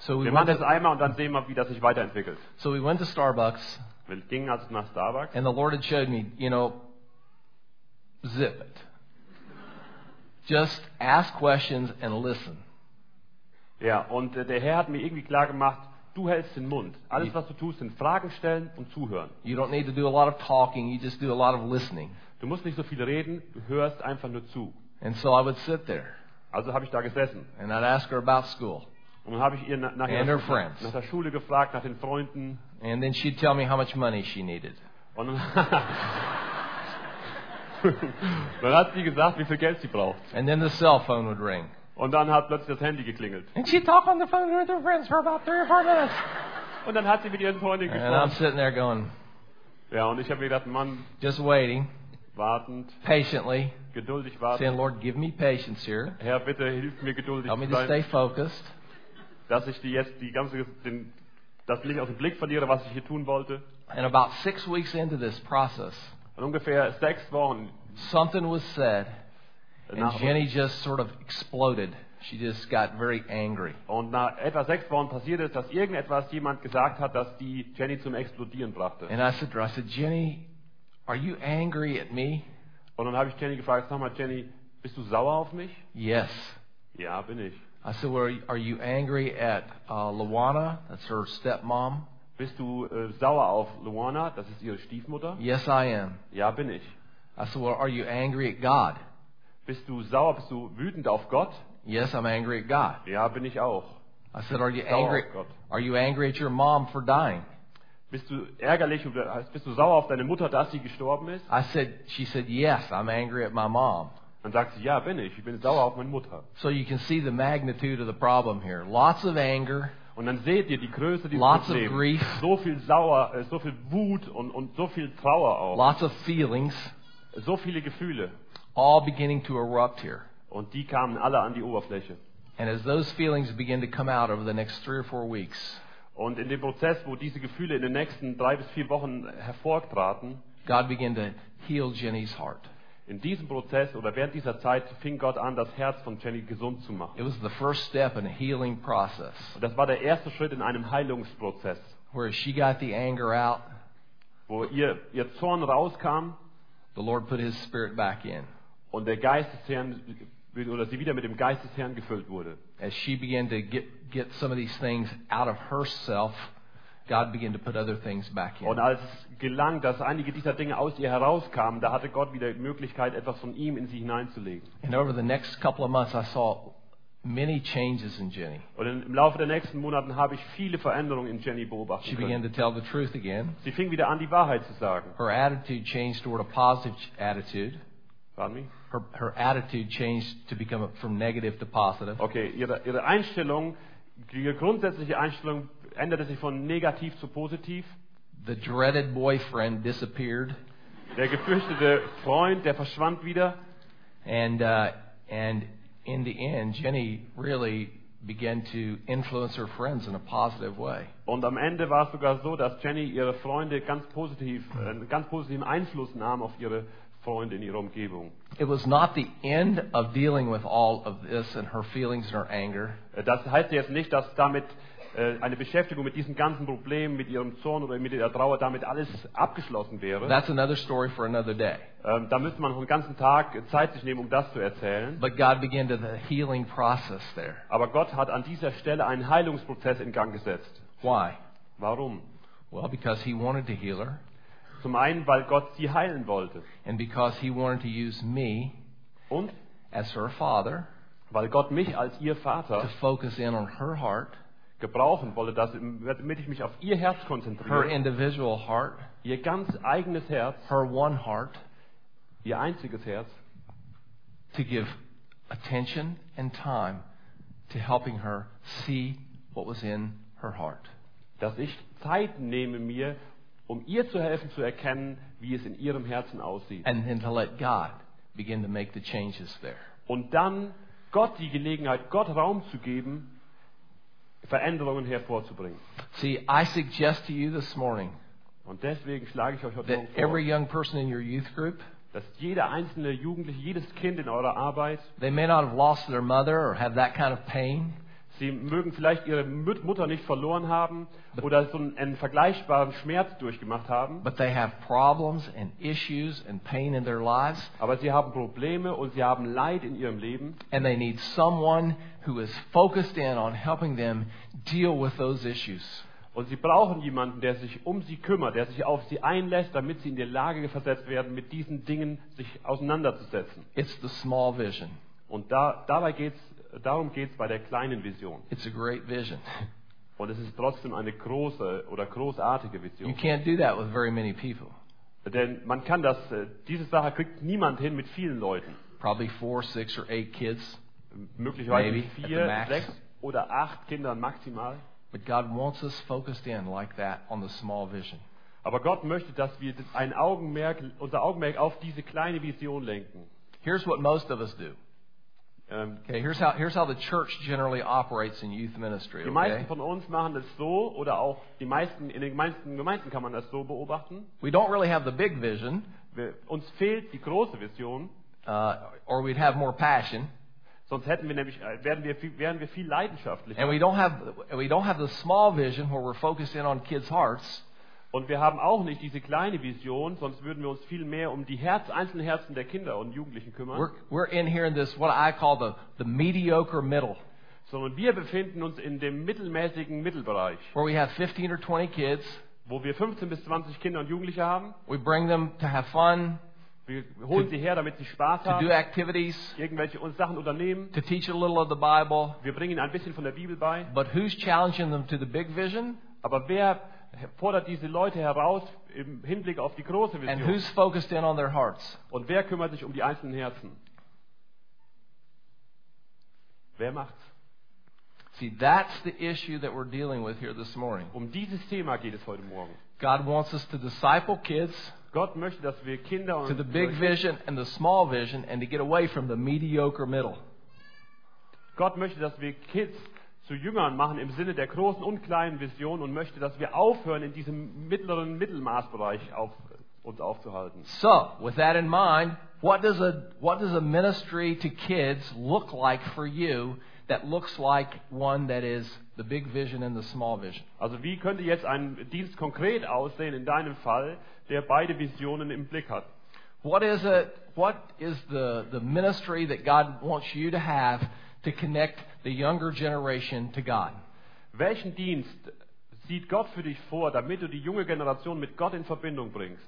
Speaker 1: So we
Speaker 2: wir
Speaker 1: went
Speaker 2: machen das
Speaker 1: to,
Speaker 2: einmal und dann sehen wir, wie das sich weiterentwickelt.
Speaker 1: so we went to Starbucks,
Speaker 2: Wir gingen also nach Starbucks.
Speaker 1: and the Lord had showed me, you know, zip it. Just ask questions and listen.
Speaker 2: Ja, und äh, der Herr hat mir irgendwie klar gemacht, du hältst den Mund. Alles, was du tust, sind Fragen stellen und zuhören.
Speaker 1: You don't need to do a lot of talking, you just do a lot of listening.
Speaker 2: Du musst nicht so viel reden, du hörst einfach nur zu.
Speaker 1: And so I would sit there
Speaker 2: Also habe ich da gesessen.
Speaker 1: and I'd ask her about school.
Speaker 2: Und dann habe ich ihr na- nach,
Speaker 1: And her
Speaker 2: ihrer,
Speaker 1: friends.
Speaker 2: nach der Schule gefragt, nach den Freunden.
Speaker 1: And then she'd tell me how much money she needed.
Speaker 2: Und dann, [laughs] dann hat sie gesagt, wie viel Geld sie braucht.
Speaker 1: And then the cell phone would ring.
Speaker 2: Und dann hat plötzlich das Handy geklingelt.
Speaker 1: And she'd talk on the phone with her friends for about three or four minutes.
Speaker 2: Und dann hat sie mit ihren Freunden
Speaker 1: And I'm
Speaker 2: gesprochen.
Speaker 1: sitting there going,
Speaker 2: Ja, und ich habe mir gedacht, Mann,
Speaker 1: just waiting,
Speaker 2: wartend,
Speaker 1: patiently,
Speaker 2: geduldig warten.
Speaker 1: saying, Lord, give me patience here.
Speaker 2: Herr, bitte hilf mir geduldig
Speaker 1: Help me
Speaker 2: zu
Speaker 1: to
Speaker 2: sein,
Speaker 1: stay focused.
Speaker 2: dass ich die jetzt die ganze, den, das Licht aus dem Blick verliere, was ich hier tun wollte.
Speaker 1: And about six weeks into this process,
Speaker 2: Und ungefähr sechs Wochen
Speaker 1: something was said, and
Speaker 2: nach,
Speaker 1: Jenny just sort of exploded. She just got very angry.
Speaker 2: Und nach etwa sechs Wochen passiert es, dass irgendetwas jemand gesagt hat, das die Jenny zum Explodieren brachte.
Speaker 1: And I said to her, I said, Jenny, are you angry at me?
Speaker 2: Und dann habe ich Jenny gefragt, sag mal Jenny, bist du sauer auf mich?
Speaker 1: Yes.
Speaker 2: Ja, bin ich.
Speaker 1: I said, well, are you, are you angry at uh, Luana? That's her stepmom.
Speaker 2: Bist du äh, sauer auf Luana? Das ist ihre Stiefmutter?
Speaker 1: Yes, I am.
Speaker 2: Ja, bin ich.
Speaker 1: I said, well, are you angry at God?
Speaker 2: Bist du sauer, bist du wütend auf Gott?
Speaker 1: Yes, I'm angry at God.
Speaker 2: Ja, bin ich auch.
Speaker 1: I said, are you
Speaker 2: Sauer
Speaker 1: angry?
Speaker 2: auf Gott.
Speaker 1: Are you angry at your mom for dying?
Speaker 2: Bist du ärgerlich und bist du sauer auf deine Mutter, dass sie gestorben ist?
Speaker 1: I said, she said, yes, I'm angry at my mom.
Speaker 2: Dann sagt sie, ja, bin ich. Ich bin sauer auf meine Mutter.
Speaker 1: So you can see the magnitude of the problem here. Lots of anger,
Speaker 2: Und dann seht ihr die Größe dieses
Speaker 1: Lots of
Speaker 2: Problems.
Speaker 1: grief.
Speaker 2: So viel Sauer, äh, so viel Wut und, und so viel Trauer auch.
Speaker 1: lots of feelings,
Speaker 2: So viele Gefühle.
Speaker 1: all beginning to erupt here.
Speaker 2: Und die kamen alle an die Oberfläche.
Speaker 1: And as those feelings begin to come out over the next three or four weeks,
Speaker 2: Und in dem Prozess, wo diese Gefühle in den nächsten drei bis vier Wochen hervortraten,
Speaker 1: God began to heal Jenny's heart.
Speaker 2: in diesem Prozess oder während dieser Zeit fing Gott an, das Herz von Jenny gesund zu machen.
Speaker 1: It was the first step in a healing process
Speaker 2: Und das war der erste Schritt in einem Heilungsprozess,
Speaker 1: where she got the anger out,
Speaker 2: wo ihr, ihr Zorn rauskam
Speaker 1: the Lord put his spirit back in.
Speaker 2: und der Geist des Herrn, oder sie wieder mit dem Geist des Herrn gefüllt wurde.
Speaker 1: As she began to get, get some of these things out of herself, God began to put other things back in.
Speaker 2: Und als es gelang, dass einige dieser Dinge aus ihr herauskamen, da hatte Gott wieder die Möglichkeit, etwas von ihm in sie hineinzulegen.
Speaker 1: And over the next couple of months, I saw many changes in Jenny.
Speaker 2: Und im Laufe der nächsten Monaten habe ich viele Veränderungen in Jenny
Speaker 1: She
Speaker 2: beobachten
Speaker 1: began
Speaker 2: können.
Speaker 1: to tell the truth again.
Speaker 2: Sie fing wieder an, die Wahrheit zu sagen.
Speaker 1: Her attitude changed toward a positive attitude.
Speaker 2: Pardon me?
Speaker 1: Her, her attitude changed to become from negative to positive.
Speaker 2: Okay, ihre, ihre Einstellung, ihre grundsätzliche Einstellung änderte sich von negativ zu positiv.
Speaker 1: The dreaded boyfriend disappeared,
Speaker 2: Der gefürchtete Freund, der verschwand wieder.
Speaker 1: and uh, and in the end, Jenny really began to influence her friends in a positive way.
Speaker 2: Und am Ende war es sogar so, dass Jenny ihre Freunde ganz positiv, äh, einen ganz positiven Einfluss nahm auf ihre Freunde in ihrer Umgebung.
Speaker 1: It was not the end of dealing with all of this and her feelings and her anger.
Speaker 2: Äh, Das heißt jetzt nicht, dass damit äh, eine Beschäftigung mit diesen ganzen Problemen, mit ihrem Zorn oder mit ihrer Trauer, damit alles abgeschlossen wäre.
Speaker 1: That's another story for another day.
Speaker 2: Ähm, Da müsste man noch einen ganzen Tag Zeit sich nehmen, um das zu erzählen.
Speaker 1: But God began to the healing process there.
Speaker 2: Aber Gott hat an dieser Stelle einen Heilungsprozess in Gang gesetzt.
Speaker 1: Why?
Speaker 2: Warum?
Speaker 1: Well, because He wanted to heal her,
Speaker 2: Zum einen, weil Gott sie heilen wollte.
Speaker 1: and because He wanted to use me
Speaker 2: Und
Speaker 1: as her father
Speaker 2: weil Gott mich als ihr Vater
Speaker 1: to focus in on her heart,
Speaker 2: gebrauchen wollte, dass, damit ich mich auf ihr Herz
Speaker 1: her
Speaker 2: konzentriere.
Speaker 1: individual heart,
Speaker 2: Ihr ganz eigenes Herz,
Speaker 1: her one heart,
Speaker 2: ihr einziges Herz,
Speaker 1: to give attention and time to helping her see what was in her heart.
Speaker 2: dass ich Zeit nehme mir, um ihr zu helfen zu erkennen, wie es in ihrem Herzen aussieht.
Speaker 1: And then to let God begin to make the changes there.
Speaker 2: Und dann Gott die Gelegenheit, Gott Raum zu geben, Veränderungen hervorzubringen.
Speaker 1: See, I suggest to you this morning
Speaker 2: Und deswegen schlage ich euch heute
Speaker 1: that
Speaker 2: Morgen vor,
Speaker 1: every young person in your youth group
Speaker 2: dass jeder einzelne Jugendliche, jedes Kind in eurer Arbeit,
Speaker 1: They may not have lost their mother or have that kind of pain,
Speaker 2: sie mögen vielleicht ihre Müt- Mutter nicht verloren haben oder so einen, einen vergleichbaren Schmerz durchgemacht haben,
Speaker 1: but they have problems and issues and pain in their lives,
Speaker 2: aber sie haben Probleme und sie haben Leid in ihrem Leben
Speaker 1: and they need someone who is focused in on helping them deal with those issues.
Speaker 2: und sie brauchen jemanden, der sich um sie kümmert, der sich auf sie einlässt, damit sie in die Lage versetzt werden, mit diesen Dingen sich auseinanderzusetzen.
Speaker 1: It's the small vision.
Speaker 2: Und da, dabei geht's, darum geht es bei der kleinen Vision.
Speaker 1: It's a great vision.
Speaker 2: Und es ist trotzdem eine große oder großartige
Speaker 1: You
Speaker 2: Vision.
Speaker 1: can't do that with very many people.
Speaker 2: Denn man kann das, äh, diese Sache kriegt niemand hin mit vielen Leuten.
Speaker 1: Probably four, six, or eight kids.
Speaker 2: Möglicherweise
Speaker 1: Maybe, at the
Speaker 2: vier,
Speaker 1: max.
Speaker 2: sechs oder acht Kindern maximal.
Speaker 1: But God wants us focused in like that on the small vision.
Speaker 2: Aber Gott möchte, dass wir ein Augenmerk, unser Augenmerk auf diese kleine Vision lenken.
Speaker 1: Here's what most of us do.
Speaker 2: Ähm,
Speaker 1: Okay, here's how, here's how the church generally operates in youth ministry.
Speaker 2: Die
Speaker 1: okay?
Speaker 2: meisten von uns machen das so oder auch die meisten in den meisten Gemeinden kann man das so beobachten.
Speaker 1: We don't really have the big vision,
Speaker 2: Wir, uns fehlt die große Vision
Speaker 1: uh, or we'd have more passion,
Speaker 2: Sonst hätten wir nämlich, äh, wären wir, viel- wären wir viel leidenschaftlicher.
Speaker 1: And we don't have we don't have the small vision where we're focused in on kids' hearts.
Speaker 2: Und wir haben auch nicht diese kleine Vision, sonst würden wir uns viel mehr um die Herz, einzelnen Herzen der Kinder und Jugendlichen kümmern.
Speaker 1: We're we're in here in this what I call the the mediocre middle,
Speaker 2: Sondern wir befinden uns in dem mittelmäßigen Mittelbereich,
Speaker 1: where we have 15 or 20 kids.
Speaker 2: wo wir 15 bis 20 Kinder und Jugendliche haben.
Speaker 1: We bring them to have fun,
Speaker 2: Wir holen sie her, damit sie Spaß
Speaker 1: to do
Speaker 2: haben,
Speaker 1: activities,
Speaker 2: irgendwelche uns Sachen unternehmen.
Speaker 1: to teach a little of the Bible.
Speaker 2: Wir bringen ihnen ein bisschen von der Bibel bei.
Speaker 1: But who's challenging them to the big vision?
Speaker 2: Aber wer fordert diese Leute heraus im Hinblick auf die große
Speaker 1: And
Speaker 2: Vision?
Speaker 1: who's focused in on their hearts?
Speaker 2: Und wer kümmert sich um die einzelnen Herzen? Wer macht's?
Speaker 1: See, that's the issue that we're dealing with here this morning.
Speaker 2: Um dieses Thema geht es heute Morgen.
Speaker 1: God wants us to disciple kids
Speaker 2: Gott möchte, dass wir Kinder
Speaker 1: to
Speaker 2: und
Speaker 1: the big vision and the small vision and to get away from the mediocre middle.
Speaker 2: Gott möchte, dass wir Kids zu Jüngern machen im Sinne der großen und kleinen Vision und möchte, dass wir aufhören, in diesem mittleren Mittelmaßbereich auf, uns aufzuhalten.
Speaker 1: So, with that in mind, what does a what does a ministry to kids look like for you that looks like one that is the big vision and the small vision?
Speaker 2: Also wie könnte jetzt ein Dienst konkret aussehen in deinem Fall, der beide Visionen im Blick hat?
Speaker 1: What is it? What is the, the ministry that God wants you to have to connect the younger generation to God?
Speaker 2: Welchen Dienst sieht Gott für dich vor, damit du die junge Generation mit Gott in Verbindung bringst?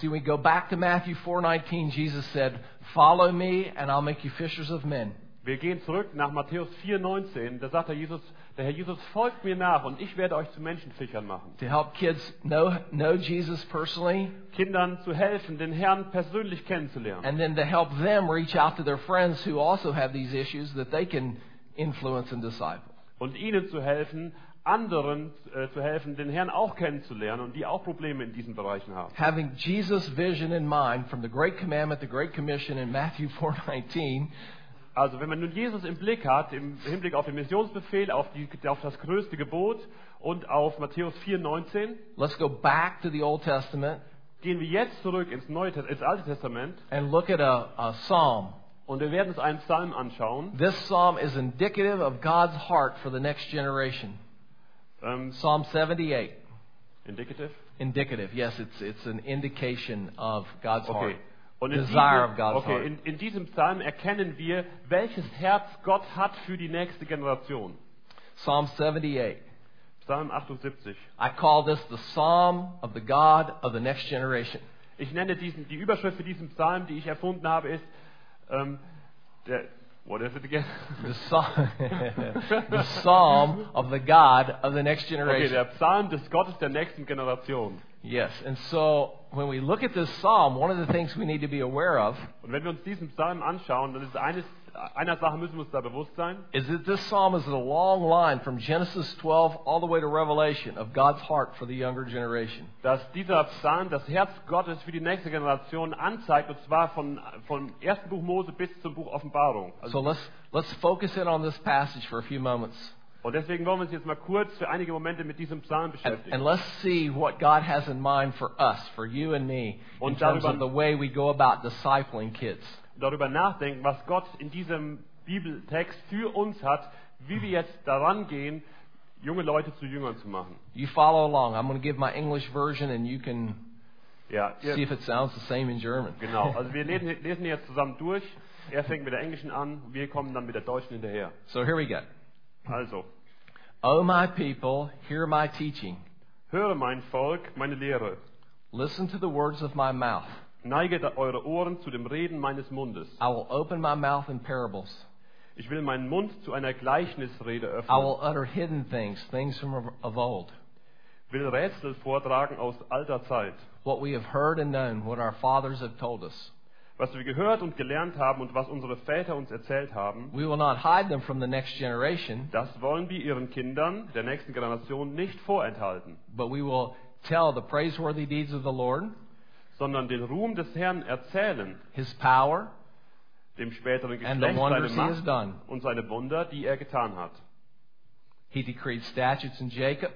Speaker 1: See, we go back to Matthew 4:19. Jesus said, "Follow me, and I'll make you fishers of men."
Speaker 2: Wir gehen zurück nach Matthäus 4,19. Da sagt der Jesus, der Herr Jesus, folgt mir nach und ich werde euch zu Menschenfischern machen.
Speaker 1: To help kids know know Jesus personally,
Speaker 2: Kindern zu helfen, den Herrn persönlich kennenzulernen.
Speaker 1: and then to help them reach out to their friends who also have these issues that they can influence and disciple.
Speaker 2: Und ihnen zu helfen, anderen äh, zu helfen, den Herrn auch kennenzulernen und die auch Probleme in diesen Bereichen haben.
Speaker 1: Having Jesus' vision in mind from the Great Commandment, the Great Commission in Matthew [laughs] 4:19.
Speaker 2: Also wenn man nun Jesus im Blick hat, im Hinblick auf den Missionsbefehl, auf, die, auf das größte Gebot und auf Matthäus 4,19,
Speaker 1: Let's go back to the Old Testament
Speaker 2: gehen wir jetzt zurück ins, Neue, Tes- ins Alte Testament
Speaker 1: and look at a, a psalm.
Speaker 2: und wir werden uns einen Psalm anschauen.
Speaker 1: This psalm is indicative of God's heart for the next generation.
Speaker 2: Ähm,
Speaker 1: Psalm 78.
Speaker 2: indicative.
Speaker 1: Indicative. Yes, it's, it's an indication of God's heart.
Speaker 2: Okay. Und in
Speaker 1: Desire of
Speaker 2: diesem,
Speaker 1: God's
Speaker 2: okay,
Speaker 1: heart.
Speaker 2: in, in diesem Psalm erkennen wir, welches Herz Gott hat für die nächste Generation.
Speaker 1: Psalm 78.
Speaker 2: Psalm 78.
Speaker 1: I call this the psalm of the God of the next generation.
Speaker 2: Ich nenne diesen, die Überschrift für diesen Psalm, die ich erfunden habe, ist ähm, der, what is it again? [laughs]
Speaker 1: The psalm, [laughs] the psalm of the God of the next
Speaker 2: Okay,
Speaker 1: generation.
Speaker 2: der Psalm des Gottes der nächsten Generation.
Speaker 1: Yes, and so when we look at this psalm, one of the things we need to be aware of
Speaker 2: Und wenn wir uns diesen Psalm anschauen, dann ist eines, einer Sache müssen wir uns da bewusst sein.
Speaker 1: is that this psalm is a long line from Genesis 12 all the way to Revelation of God's heart for the younger generation.
Speaker 2: dass dieser Psalm das Herz Gottes für die nächste Generation anzeigt, und zwar von, vom ersten Buch Mose bis zum Buch Offenbarung. Also,
Speaker 1: So let's, let's focus in on this passage for a few moments
Speaker 2: und deswegen wollen wir uns jetzt mal kurz für einige Momente mit diesem Psalm
Speaker 1: and,
Speaker 2: beschäftigen.
Speaker 1: and let's see what God has in mind for us, for you and me, in
Speaker 2: Und
Speaker 1: terms
Speaker 2: darüber-
Speaker 1: of the way we go about discipling kids.
Speaker 2: Darüber nachdenken, was Gott in diesem Bibeltext für uns hat, wie wir jetzt daran gehen, junge Leute zu Jüngern zu machen.
Speaker 1: You follow along. I'm going to give my English version and you can
Speaker 2: Ja,
Speaker 1: see
Speaker 2: ihr,
Speaker 1: if it sounds the same in German.
Speaker 2: genau. Also wir lesen, lesen jetzt zusammen durch. Er fängt mit der englischen an, wir kommen dann mit der deutschen hinterher.
Speaker 1: So here we go.
Speaker 2: Also,
Speaker 1: O my people, hear my teaching.
Speaker 2: höre mein Volk, meine Lehre.
Speaker 1: Listen to the words of my mouth.
Speaker 2: Neige da- eure Ohren zu dem Reden meines Mundes.
Speaker 1: I will open my mouth in parables.
Speaker 2: Ich will meinen Mund zu einer Gleichnisrede
Speaker 1: I
Speaker 2: öffnen,
Speaker 1: will utter hidden things, things from of- of old,
Speaker 2: will Rätsel vortragen aus alter Zeit,
Speaker 1: what we have heard and known, what our fathers have told us.
Speaker 2: was wir gehört und gelernt haben und was unsere Väter uns erzählt haben.
Speaker 1: We will not hide them from the next generation,
Speaker 2: Das wollen wir ihren Kindern der nächsten Generation nicht vorenthalten,
Speaker 1: but we will tell the praiseworthy deeds of the Lord,
Speaker 2: sondern den Ruhm des Herrn erzählen,
Speaker 1: his power,
Speaker 2: dem späteren
Speaker 1: and the
Speaker 2: Geschlecht seine
Speaker 1: wonders he has
Speaker 2: Macht
Speaker 1: done.
Speaker 2: und seine Wunder, die er getan hat.
Speaker 1: He decreed statutes in Jacob,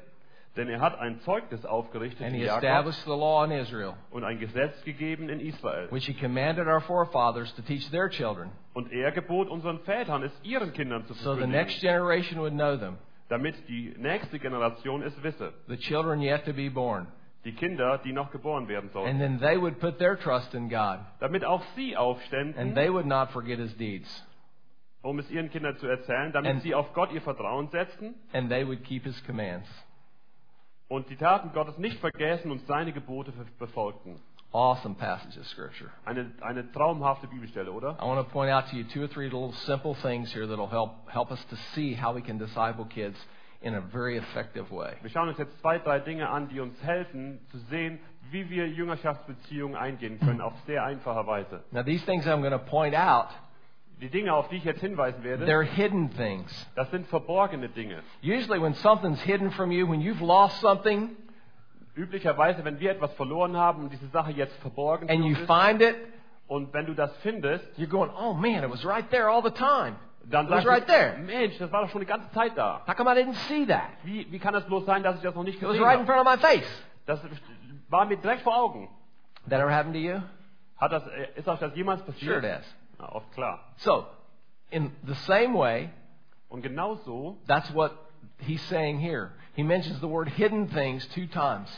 Speaker 2: Denn er hat ein Zeugnis aufgerichtet
Speaker 1: and
Speaker 2: in
Speaker 1: he
Speaker 2: Jakob
Speaker 1: established the law in Israel,
Speaker 2: und ein Gesetz gegeben in Israel.
Speaker 1: which he commanded our forefathers to teach their children,
Speaker 2: Und er gebot unseren Vätern, es ihren Kindern zu
Speaker 1: so the
Speaker 2: verkündigen,
Speaker 1: next generation would know them,
Speaker 2: damit die nächste Generation es wisse.
Speaker 1: the children yet to be born.
Speaker 2: Die Kinder, die noch geboren werden sollen.
Speaker 1: And then they would put their trust in God,
Speaker 2: Damit auch sie
Speaker 1: and
Speaker 2: aufständen,
Speaker 1: they would not forget his deeds,
Speaker 2: um es ihren Kindern zu erzählen, damit
Speaker 1: And-
Speaker 2: sie auf Gott ihr Vertrauen setzen
Speaker 1: and they would keep his commands.
Speaker 2: und die Taten Gottes nicht vergessen und seine Gebote ver- befolgten.
Speaker 1: Awesome passage of Scripture.
Speaker 2: Eine, eine traumhafte Bibelstelle, oder?
Speaker 1: I want to point out to you two or three little simple things here that'll help help us to see how we can disciple kids in a very effective way.
Speaker 2: Wir schauen uns jetzt zwei, drei Dinge an, die uns helfen zu sehen, wie wir Jüngerschaftsbeziehungen eingehen können, auf sehr einfache Weise.
Speaker 1: Now these things I'm going to point out,
Speaker 2: Die Dinge, auf die ich jetzt hinweisen werde,
Speaker 1: they're hidden things.
Speaker 2: das sind verborgene Dinge.
Speaker 1: Usually when something's hidden from you, when you've lost something
Speaker 2: Üblicherweise, wenn wir etwas verloren haben und diese Sache jetzt verborgen
Speaker 1: and
Speaker 2: für
Speaker 1: you
Speaker 2: uns ist,
Speaker 1: find it,
Speaker 2: und wenn du das findest,
Speaker 1: you're going, "Oh man, it was right there all the time.
Speaker 2: dann
Speaker 1: It was
Speaker 2: sagst
Speaker 1: right
Speaker 2: du,
Speaker 1: there.
Speaker 2: Mensch, das war doch schon die ganze Zeit da.
Speaker 1: How come I didn't see that?
Speaker 2: Wie, wie kann das bloß sein, dass ich das noch nicht
Speaker 1: It was
Speaker 2: gesehen
Speaker 1: right in
Speaker 2: habe?
Speaker 1: front of my face."
Speaker 2: Das war mir direkt vor Augen.
Speaker 1: That ever happened to you?
Speaker 2: Hat das, äh, ist euch das jemals
Speaker 1: Sure
Speaker 2: passiert?
Speaker 1: it has.
Speaker 2: Na, oft klar.
Speaker 1: So, in the same way,
Speaker 2: Und genau so,
Speaker 1: That's what he's saying here. He mentions the word hidden things two times.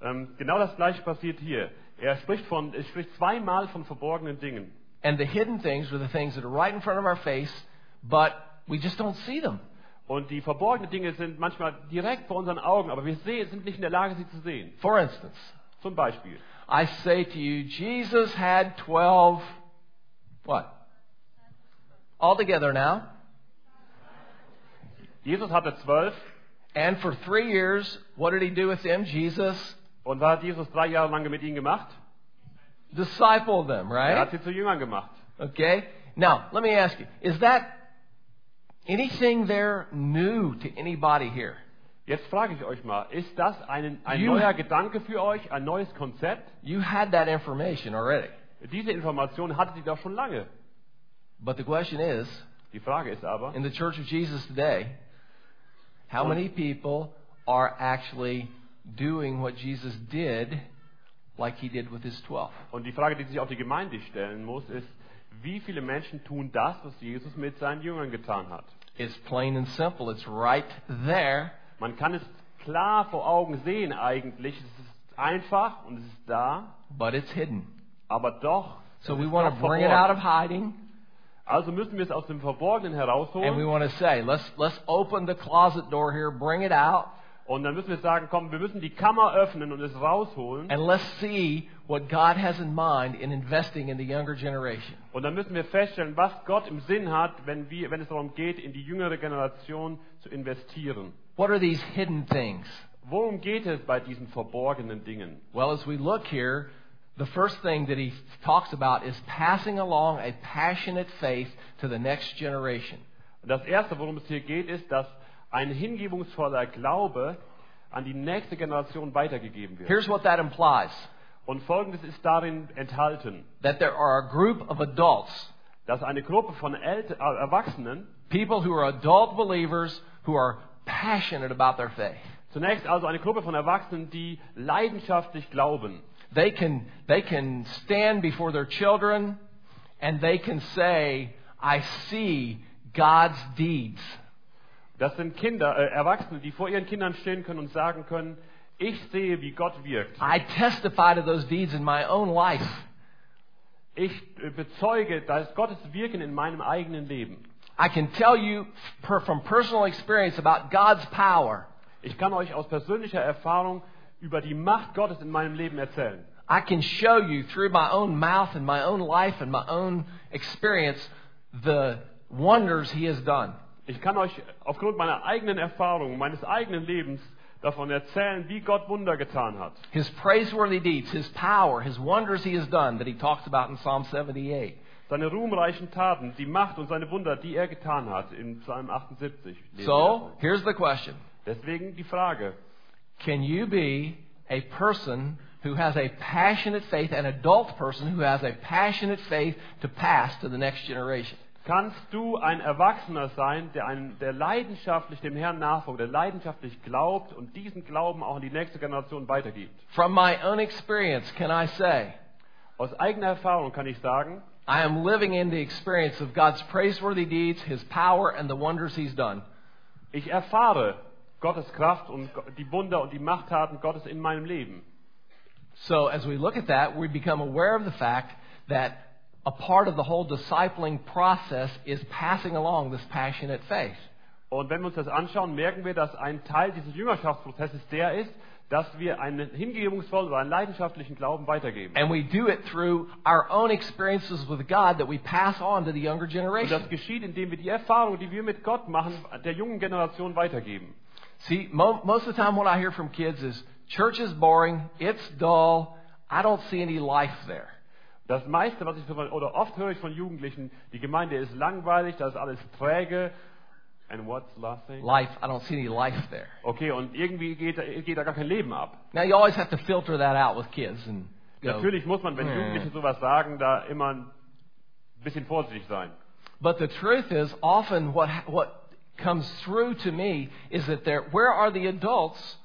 Speaker 2: ähm, genau das gleiche passiert hier. Er spricht, von, er spricht zweimal von verborgenen Dingen.
Speaker 1: And the hidden things are the things that are right in front of our face, but we just don't see them.
Speaker 2: Und die verborgenen Dinge sind manchmal direkt vor unseren Augen, aber wir sehen, sind nicht in der Lage, sie zu sehen.
Speaker 1: For instance,
Speaker 2: Zum Beispiel,
Speaker 1: I say to you, Jesus had 12, what? All together now.
Speaker 2: Jesus hatte zwölf
Speaker 1: And for three years, what did he do with them? Jesus
Speaker 2: und was hat Jesus drei Jahre lang mit ihnen gemacht?
Speaker 1: discipled them,
Speaker 2: Er hat
Speaker 1: right?
Speaker 2: sie zu Jüngern gemacht.
Speaker 1: Okay? Now, let me ask you, is that anything there new to anybody here?
Speaker 2: Jetzt frage ich euch mal, ist das ein, ein
Speaker 1: You-
Speaker 2: neuer Gedanke für euch, ein neues Konzept?
Speaker 1: You had that information already.
Speaker 2: Diese Information hattet ihr doch schon lange.
Speaker 1: But the question is,
Speaker 2: Die Frage ist aber,
Speaker 1: in the Church of Jesus today, how many people are actually doing what Jesus did like he did with his 12?
Speaker 2: und die Frage, die sich auch die Gemeinde stellen muss, ist, wie viele Menschen tun das, was Jesus mit seinen Jüngern getan hat?
Speaker 1: It's plain and simple. It's right there.
Speaker 2: Man kann es klar vor Augen sehen eigentlich. Es ist einfach und es ist da,
Speaker 1: But it's hidden.
Speaker 2: aber doch.
Speaker 1: So
Speaker 2: es
Speaker 1: we
Speaker 2: ist
Speaker 1: want
Speaker 2: doch
Speaker 1: to bring it out of hiding
Speaker 2: Also müssen wir es aus dem Verborgenen
Speaker 1: and we
Speaker 2: herausholen
Speaker 1: want to say, let's, let's open the closet door here, bring it out,
Speaker 2: und dann müssen wir sagen, komm, wir müssen die Kammer öffnen und es rausholen.
Speaker 1: and let's see what God has in mind in investing in the younger generation.
Speaker 2: Und dann müssen wir feststellen, was Gott im Sinn hat, wenn, wir, wenn es darum geht, in die jüngere Generation zu investieren.
Speaker 1: What are these hidden things?
Speaker 2: Worum geht es bei diesen verborgenen Dingen?
Speaker 1: Well, as we look here, the first thing that he talks about is passing along a passionate faith to the next generation.
Speaker 2: Und das Erste, worum es hier geht, ist, dass ein hingebungsvoller Glaube an die nächste Generation weitergegeben wird.
Speaker 1: Here's what that implies
Speaker 2: Und Folgendes ist darin enthalten,
Speaker 1: that there are a group of adults,
Speaker 2: dass eine Gruppe von Ält äh, Erwachsenen,
Speaker 1: people who are adult believers who are passionate about their faith.
Speaker 2: zunächst also eine Gruppe von Erwachsenen, die leidenschaftlich glauben.
Speaker 1: They can, they can stand before their children and they can say, I see God's deeds.
Speaker 2: Das sind Kinder, äh, Erwachsene, die vor ihren Kindern stehen können und sagen können, ich sehe, wie Gott wirkt.
Speaker 1: I testify to those deeds in my own life.
Speaker 2: Ich äh, bezeuge, dass Gottes Wirken in meinem eigenen Leben.
Speaker 1: I can tell you per, from personal experience about God's power.
Speaker 2: Ich kann euch aus persönlicher Erfahrung über die Macht Gottes in meinem Leben erzählen.
Speaker 1: I can show you through my own mouth and my own life and my own experience the wonders He has done.
Speaker 2: Ich kann euch aufgrund meiner eigenen Erfahrung, meines eigenen Lebens davon erzählen, wie Gott Wunder getan hat.
Speaker 1: His praiseworthy deeds, His power, His wonders He has done that He talks about in Psalm 78.
Speaker 2: Seine ruhmreichen Taten, die Macht und seine Wunder, die er getan hat, in Psalm 78. lesen wir
Speaker 1: So,
Speaker 2: davon.
Speaker 1: here's the question
Speaker 2: Deswegen die Frage,
Speaker 1: Can you be a person who has a passionate faith, an adult person who has a passionate faith to pass to the next generation?
Speaker 2: Kannst du ein Erwachsener sein, der, ein, der leidenschaftlich dem Herrn nachfolgt, der leidenschaftlich glaubt und diesen Glauben auch an die nächste Generation weitergibt?
Speaker 1: From my own experience, can I say,
Speaker 2: Aus eigener Erfahrung kann ich sagen,
Speaker 1: I am living in the experience of God's praiseworthy deeds, His power, and the wonders He's done.
Speaker 2: ich erfahre Gottes Kraft und Go- die Wunder und die Machttaten Gottes in meinem Leben.
Speaker 1: So as we look at that, we become aware of the fact that a part of the whole discipling process is passing along this passionate faith.
Speaker 2: Und wenn wir uns das anschauen, merken wir, dass ein Teil dieses Jüngerschaftsprozesses der ist, dass wir einen hingebungsvollen oder einen leidenschaftlichen Glauben weitergeben.
Speaker 1: And we do it through our own experiences with God that we pass on to the younger
Speaker 2: Und
Speaker 1: generation.
Speaker 2: das geschieht, indem wir die Erfahrung, die wir mit Gott machen, der jungen Generation weitergeben.
Speaker 1: See, mo- most of the time what I hear from kids is church is boring, it's dull, I don't see any life there.
Speaker 2: Das meiste, was ich so von, oder oft höre ich von Jugendlichen, die Gemeinde ist langweilig, da ist alles träge. And what's the last thing?
Speaker 1: Life, I don't see any life there.
Speaker 2: Okay, und irgendwie geht, da- geht da gar kein Leben ab.
Speaker 1: Now you always have to filter that out with kids and go,
Speaker 2: Natürlich muss man, wenn
Speaker 1: Hm.
Speaker 2: Jugendliche sowas sagen, da immer ein bisschen vorsichtig sein.
Speaker 1: But the truth is, often what, what comes through to me is that there, where are the adults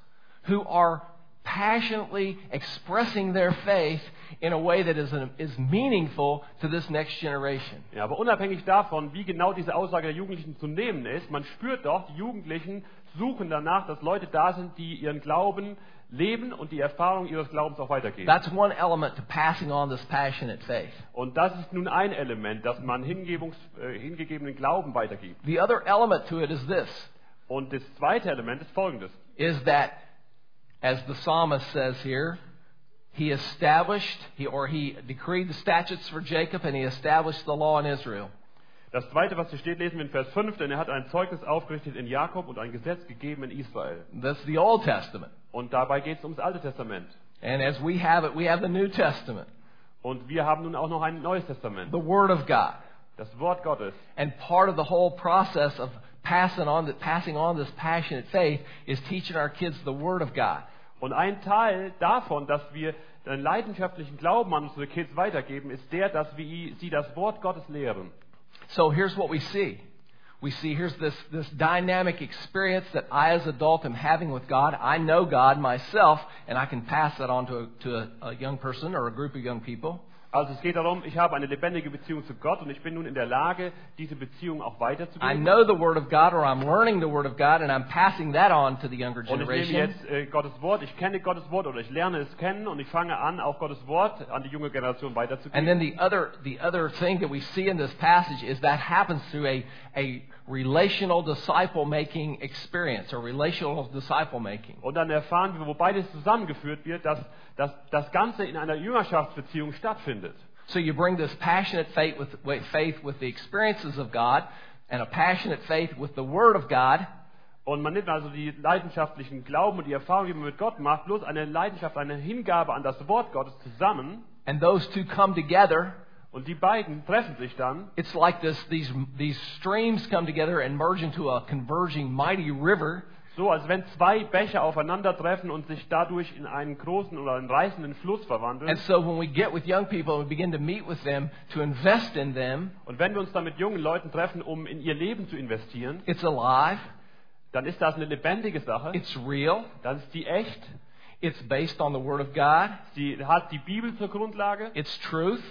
Speaker 1: who are passionately expressing their faith in a way that is, an, is meaningful to this next generation?
Speaker 2: Ja, aber unabhängig davon, wie genau diese Aussage der Jugendlichen zu nehmen ist, man spürt doch, die Jugendlichen suchen danach, dass Leute da sind, die ihren Glauben leben und die Erfahrung ihres Glaubens auch weitergeben.
Speaker 1: That's one element to passing on this passionate faith.
Speaker 2: Und das ist nun ein Element, dass man Hingebungs, äh, hingegebenen Glauben weitergibt.
Speaker 1: The other element to it is this,
Speaker 2: Und das zweite Element ist folgendes.
Speaker 1: is that, as the psalmist says here, he established, he, or he decreed the statutes for Jacob and he established the law in Israel.
Speaker 2: Das zweite, was hier steht, lesen wir in Vers 5, denn er hat ein Zeugnis aufgerichtet in Jakob und ein Gesetz gegeben in Israel.
Speaker 1: That's the Old Testament.
Speaker 2: Und dabei geht es ums Alte Testament.
Speaker 1: And as we have it, we have the New Testament,
Speaker 2: Und wir haben nun auch noch ein neues Testament,
Speaker 1: the Word of God.
Speaker 2: das Wort Gottes.
Speaker 1: And part of the whole process of passing on, passing on this passionate faith is teaching our kids the Word of God.
Speaker 2: Und ein Teil davon, dass wir den leidenschaftlichen Glauben an unsere Kids weitergeben, ist der, dass wir sie das Wort Gottes lehren.
Speaker 1: So here's what we see. We see here's this, this dynamic experience that I, as adult, am having with God. I know God myself, and I can pass that on to, a, to a, a young person or a group of young people.
Speaker 2: Also es geht darum, ich habe eine lebendige Beziehung zu Gott und ich bin nun in der Lage, diese Beziehung auch
Speaker 1: I
Speaker 2: weiterzugeben.
Speaker 1: know the Word of God, or I'm learning the Word of God, and I'm passing that on to the younger
Speaker 2: Und ich nehme
Speaker 1: generation.
Speaker 2: jetzt äh, Gottes Wort, ich kenne Gottes Wort oder ich lerne es kennen und ich fange an, auch Gottes Wort an die junge Generation
Speaker 1: And
Speaker 2: weiterzugeben.
Speaker 1: then the other, the other thing that we see in this passage is that happens through a, a relational disciple making experience or relational disciple making.
Speaker 2: Und dann erfahren wir, wo beides zusammengeführt wird, dass, dass das Ganze in einer Jüngerschaftsbeziehung stattfindet.
Speaker 1: So you bring this passionate faith with, with faith with the experiences of God and a passionate faith with the Word of God.
Speaker 2: Und man nimmt also die leidenschaftlichen Glauben und die Erfahrung, die man mit Gott macht, bloß eine Leidenschaft, eine Hingabe an das Wort Gottes zusammen.
Speaker 1: And those two come together.
Speaker 2: Und die beiden treffen sich dann
Speaker 1: It's like this, these, these streams come together and merge into a converging mighty river.
Speaker 2: so, als wenn zwei Bäche aufeinandertreffen und sich dadurch in einen großen oder einen reißenden Fluss verwandeln.
Speaker 1: And so when we get with young people and we begin to meet with them to invest in them,
Speaker 2: Und wenn wir uns dann mit jungen Leuten treffen, um in ihr Leben zu investieren,
Speaker 1: it's alive,
Speaker 2: dann ist das eine lebendige Sache.
Speaker 1: it's real,
Speaker 2: Dann ist die echt.
Speaker 1: It's based on the Word of God.
Speaker 2: Sie hat die Bibel zur Grundlage.
Speaker 1: It's truth.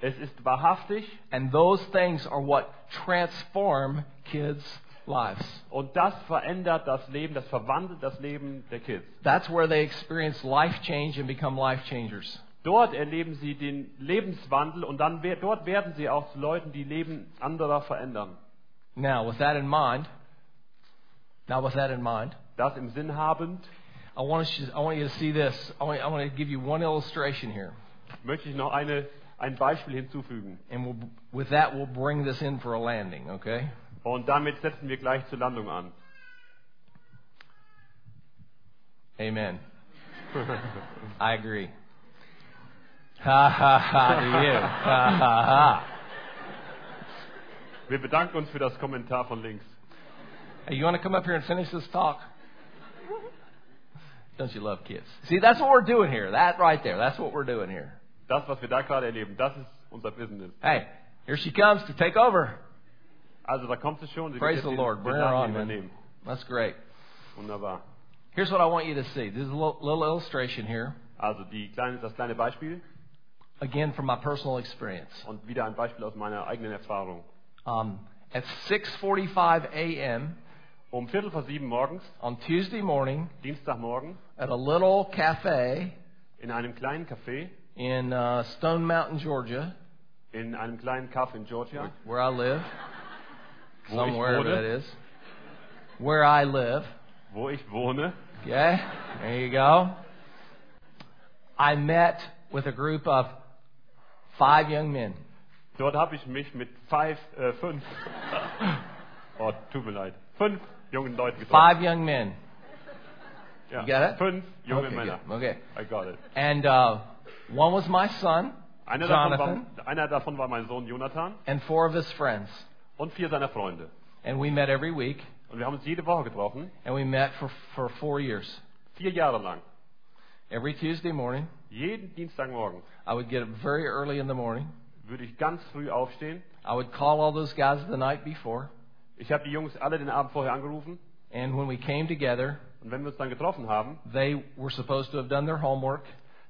Speaker 2: Es ist wahrhaftig.
Speaker 1: And those things are what transform kids' lives.
Speaker 2: Und das verändert das Leben, das verwandelt das Leben der Kids.
Speaker 1: That's where they experience life change and become life changers.
Speaker 2: Dort erleben sie den Lebenswandel und dann wer- dort werden sie auch zu Leuten, die Leben anderer verändern.
Speaker 1: Now, with that in mind, now with that in mind,
Speaker 2: Das im Sinn habend
Speaker 1: I want, you, I want you to see this. I want, I want to give you one illustration here.
Speaker 2: möchte ich noch eine, ein Beispiel hinzufügen.
Speaker 1: And we'll, with that, we'll bring this in for a landing, okay?
Speaker 2: Und damit setzen wir gleich zur Landung an.
Speaker 1: Amen. I agree. Ha ha ha to you. Ha ha ha.
Speaker 2: Wir bedanken uns für das Kommentar von links.
Speaker 1: Hey, you want to come up here and finish this talk? Don't you love kids? See, that's what we're doing here. That right there. That's what we're doing here.
Speaker 2: Das, was wir da gerade erleben, das ist unser Business.
Speaker 1: Hey, here she comes to take over.
Speaker 2: Also da kommt es schon. Sie
Speaker 1: Praise
Speaker 2: können jetzt
Speaker 1: the
Speaker 2: die-
Speaker 1: Lord.
Speaker 2: die
Speaker 1: Bring her
Speaker 2: Sachen
Speaker 1: on, man.
Speaker 2: übernehmen.
Speaker 1: That's great.
Speaker 2: Wunderbar.
Speaker 1: Here's what I want you to see. There's a little, little illustration here,
Speaker 2: Also die kleine, das kleine Beispiel
Speaker 1: again from my personal experience.
Speaker 2: und wieder ein Beispiel aus meiner eigenen Erfahrung.
Speaker 1: Um, at 6:45 a.m.
Speaker 2: Um Viertel vor sieben morgens,
Speaker 1: on Tuesday morning,
Speaker 2: Dienstagmorgen,
Speaker 1: at a little cafe
Speaker 2: in einem kleinen Café,
Speaker 1: in uh, Stone Mountain, Georgia,
Speaker 2: in einem kleinen Kaff in Georgia,
Speaker 1: where I live,
Speaker 2: Wo ich
Speaker 1: somewhere
Speaker 2: wohne.
Speaker 1: that is, where I live.
Speaker 2: wo ich wohne,
Speaker 1: Okay, there you go. I met with a group of five young men.
Speaker 2: Dort habe ich mich mit five, äh,
Speaker 1: [laughs]
Speaker 2: fünf, oh, tut mir leid, fünf jungen Leuten getroffen.
Speaker 1: Five young men.
Speaker 2: Ja,
Speaker 1: you got it?
Speaker 2: Fünf junge
Speaker 1: okay,
Speaker 2: Männer.
Speaker 1: good. Okay.
Speaker 2: I got it.
Speaker 1: And uh, one was my son,
Speaker 2: Einer davon,
Speaker 1: Jonathan,
Speaker 2: war, einer davon war mein Sohn Jonathan
Speaker 1: and four of his friends.
Speaker 2: und vier seiner Freunde.
Speaker 1: And we met every week,
Speaker 2: Und wir haben uns jede Woche getroffen,
Speaker 1: and we met for, for four years.
Speaker 2: vier Jahre lang.
Speaker 1: Every Tuesday morning,
Speaker 2: Jeden Dienstagmorgen
Speaker 1: I would get up very early in the morning.
Speaker 2: würde ich ganz früh aufstehen.
Speaker 1: I would call all those guys the night before,
Speaker 2: Ich habe die Jungs alle den Abend vorher angerufen.
Speaker 1: and when we came together,
Speaker 2: Und wenn wir uns dann getroffen haben,
Speaker 1: they were supposed to have done their homework,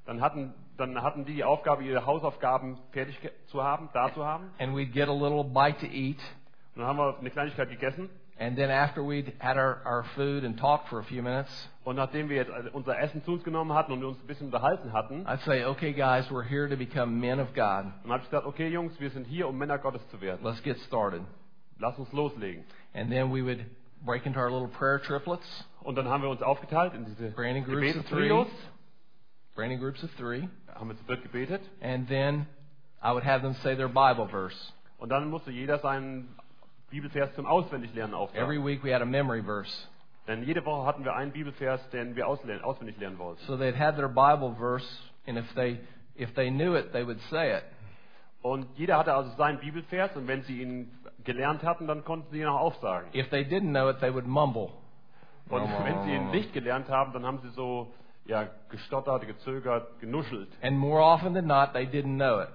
Speaker 2: dann hatten, dann hatten die die Aufgabe, ihre Hausaufgaben fertig ge- zu haben, da zu haben.
Speaker 1: and we'd get a little bite to eat.
Speaker 2: Und dann haben wir eine Kleinigkeit gegessen.
Speaker 1: And then after we'd had our, our food and talked for a few minutes,
Speaker 2: Und nachdem wir jetzt alle unser Essen zu uns genommen hatten und uns ein bisschen unterhalten hatten,
Speaker 1: I'd say, okay, guys, we're here to become men of God.
Speaker 2: dann habe ich gesagt, okay Jungs, wir sind hier, um Männer Gottes zu werden.
Speaker 1: Let's get started.
Speaker 2: Lass uns loslegen.
Speaker 1: And then we would break into our little prayer triplets,
Speaker 2: Und dann haben wir uns aufgeteilt in diese
Speaker 1: Brandon groups of three,
Speaker 2: Gebetstrios,
Speaker 1: branding groups of three,
Speaker 2: haben wir zu dritt gebetet.
Speaker 1: and then I would have them say their Bible verse.
Speaker 2: Und dann musste jeder seinen Bibelvers zum Auswendiglernen
Speaker 1: Every
Speaker 2: auftragen.
Speaker 1: week we had a memory verse.
Speaker 2: Denn jede Woche hatten wir einen Bibelvers, den wir auslernen, auswendig lernen wollten.
Speaker 1: So they'd have their Bible verse, and if they if they knew it, they would say it.
Speaker 2: Und jeder hatte also seinen Bibelvers und wenn sie ihn gelernt hatten, dann konnten sie ihn auch aufsagen.
Speaker 1: If they didn't know it, they would mumble.
Speaker 2: Und wenn sie ihn nicht gelernt haben, dann haben sie so ja, gestottert, gezögert, genuschelt.
Speaker 1: And more often than not, they didn't know it.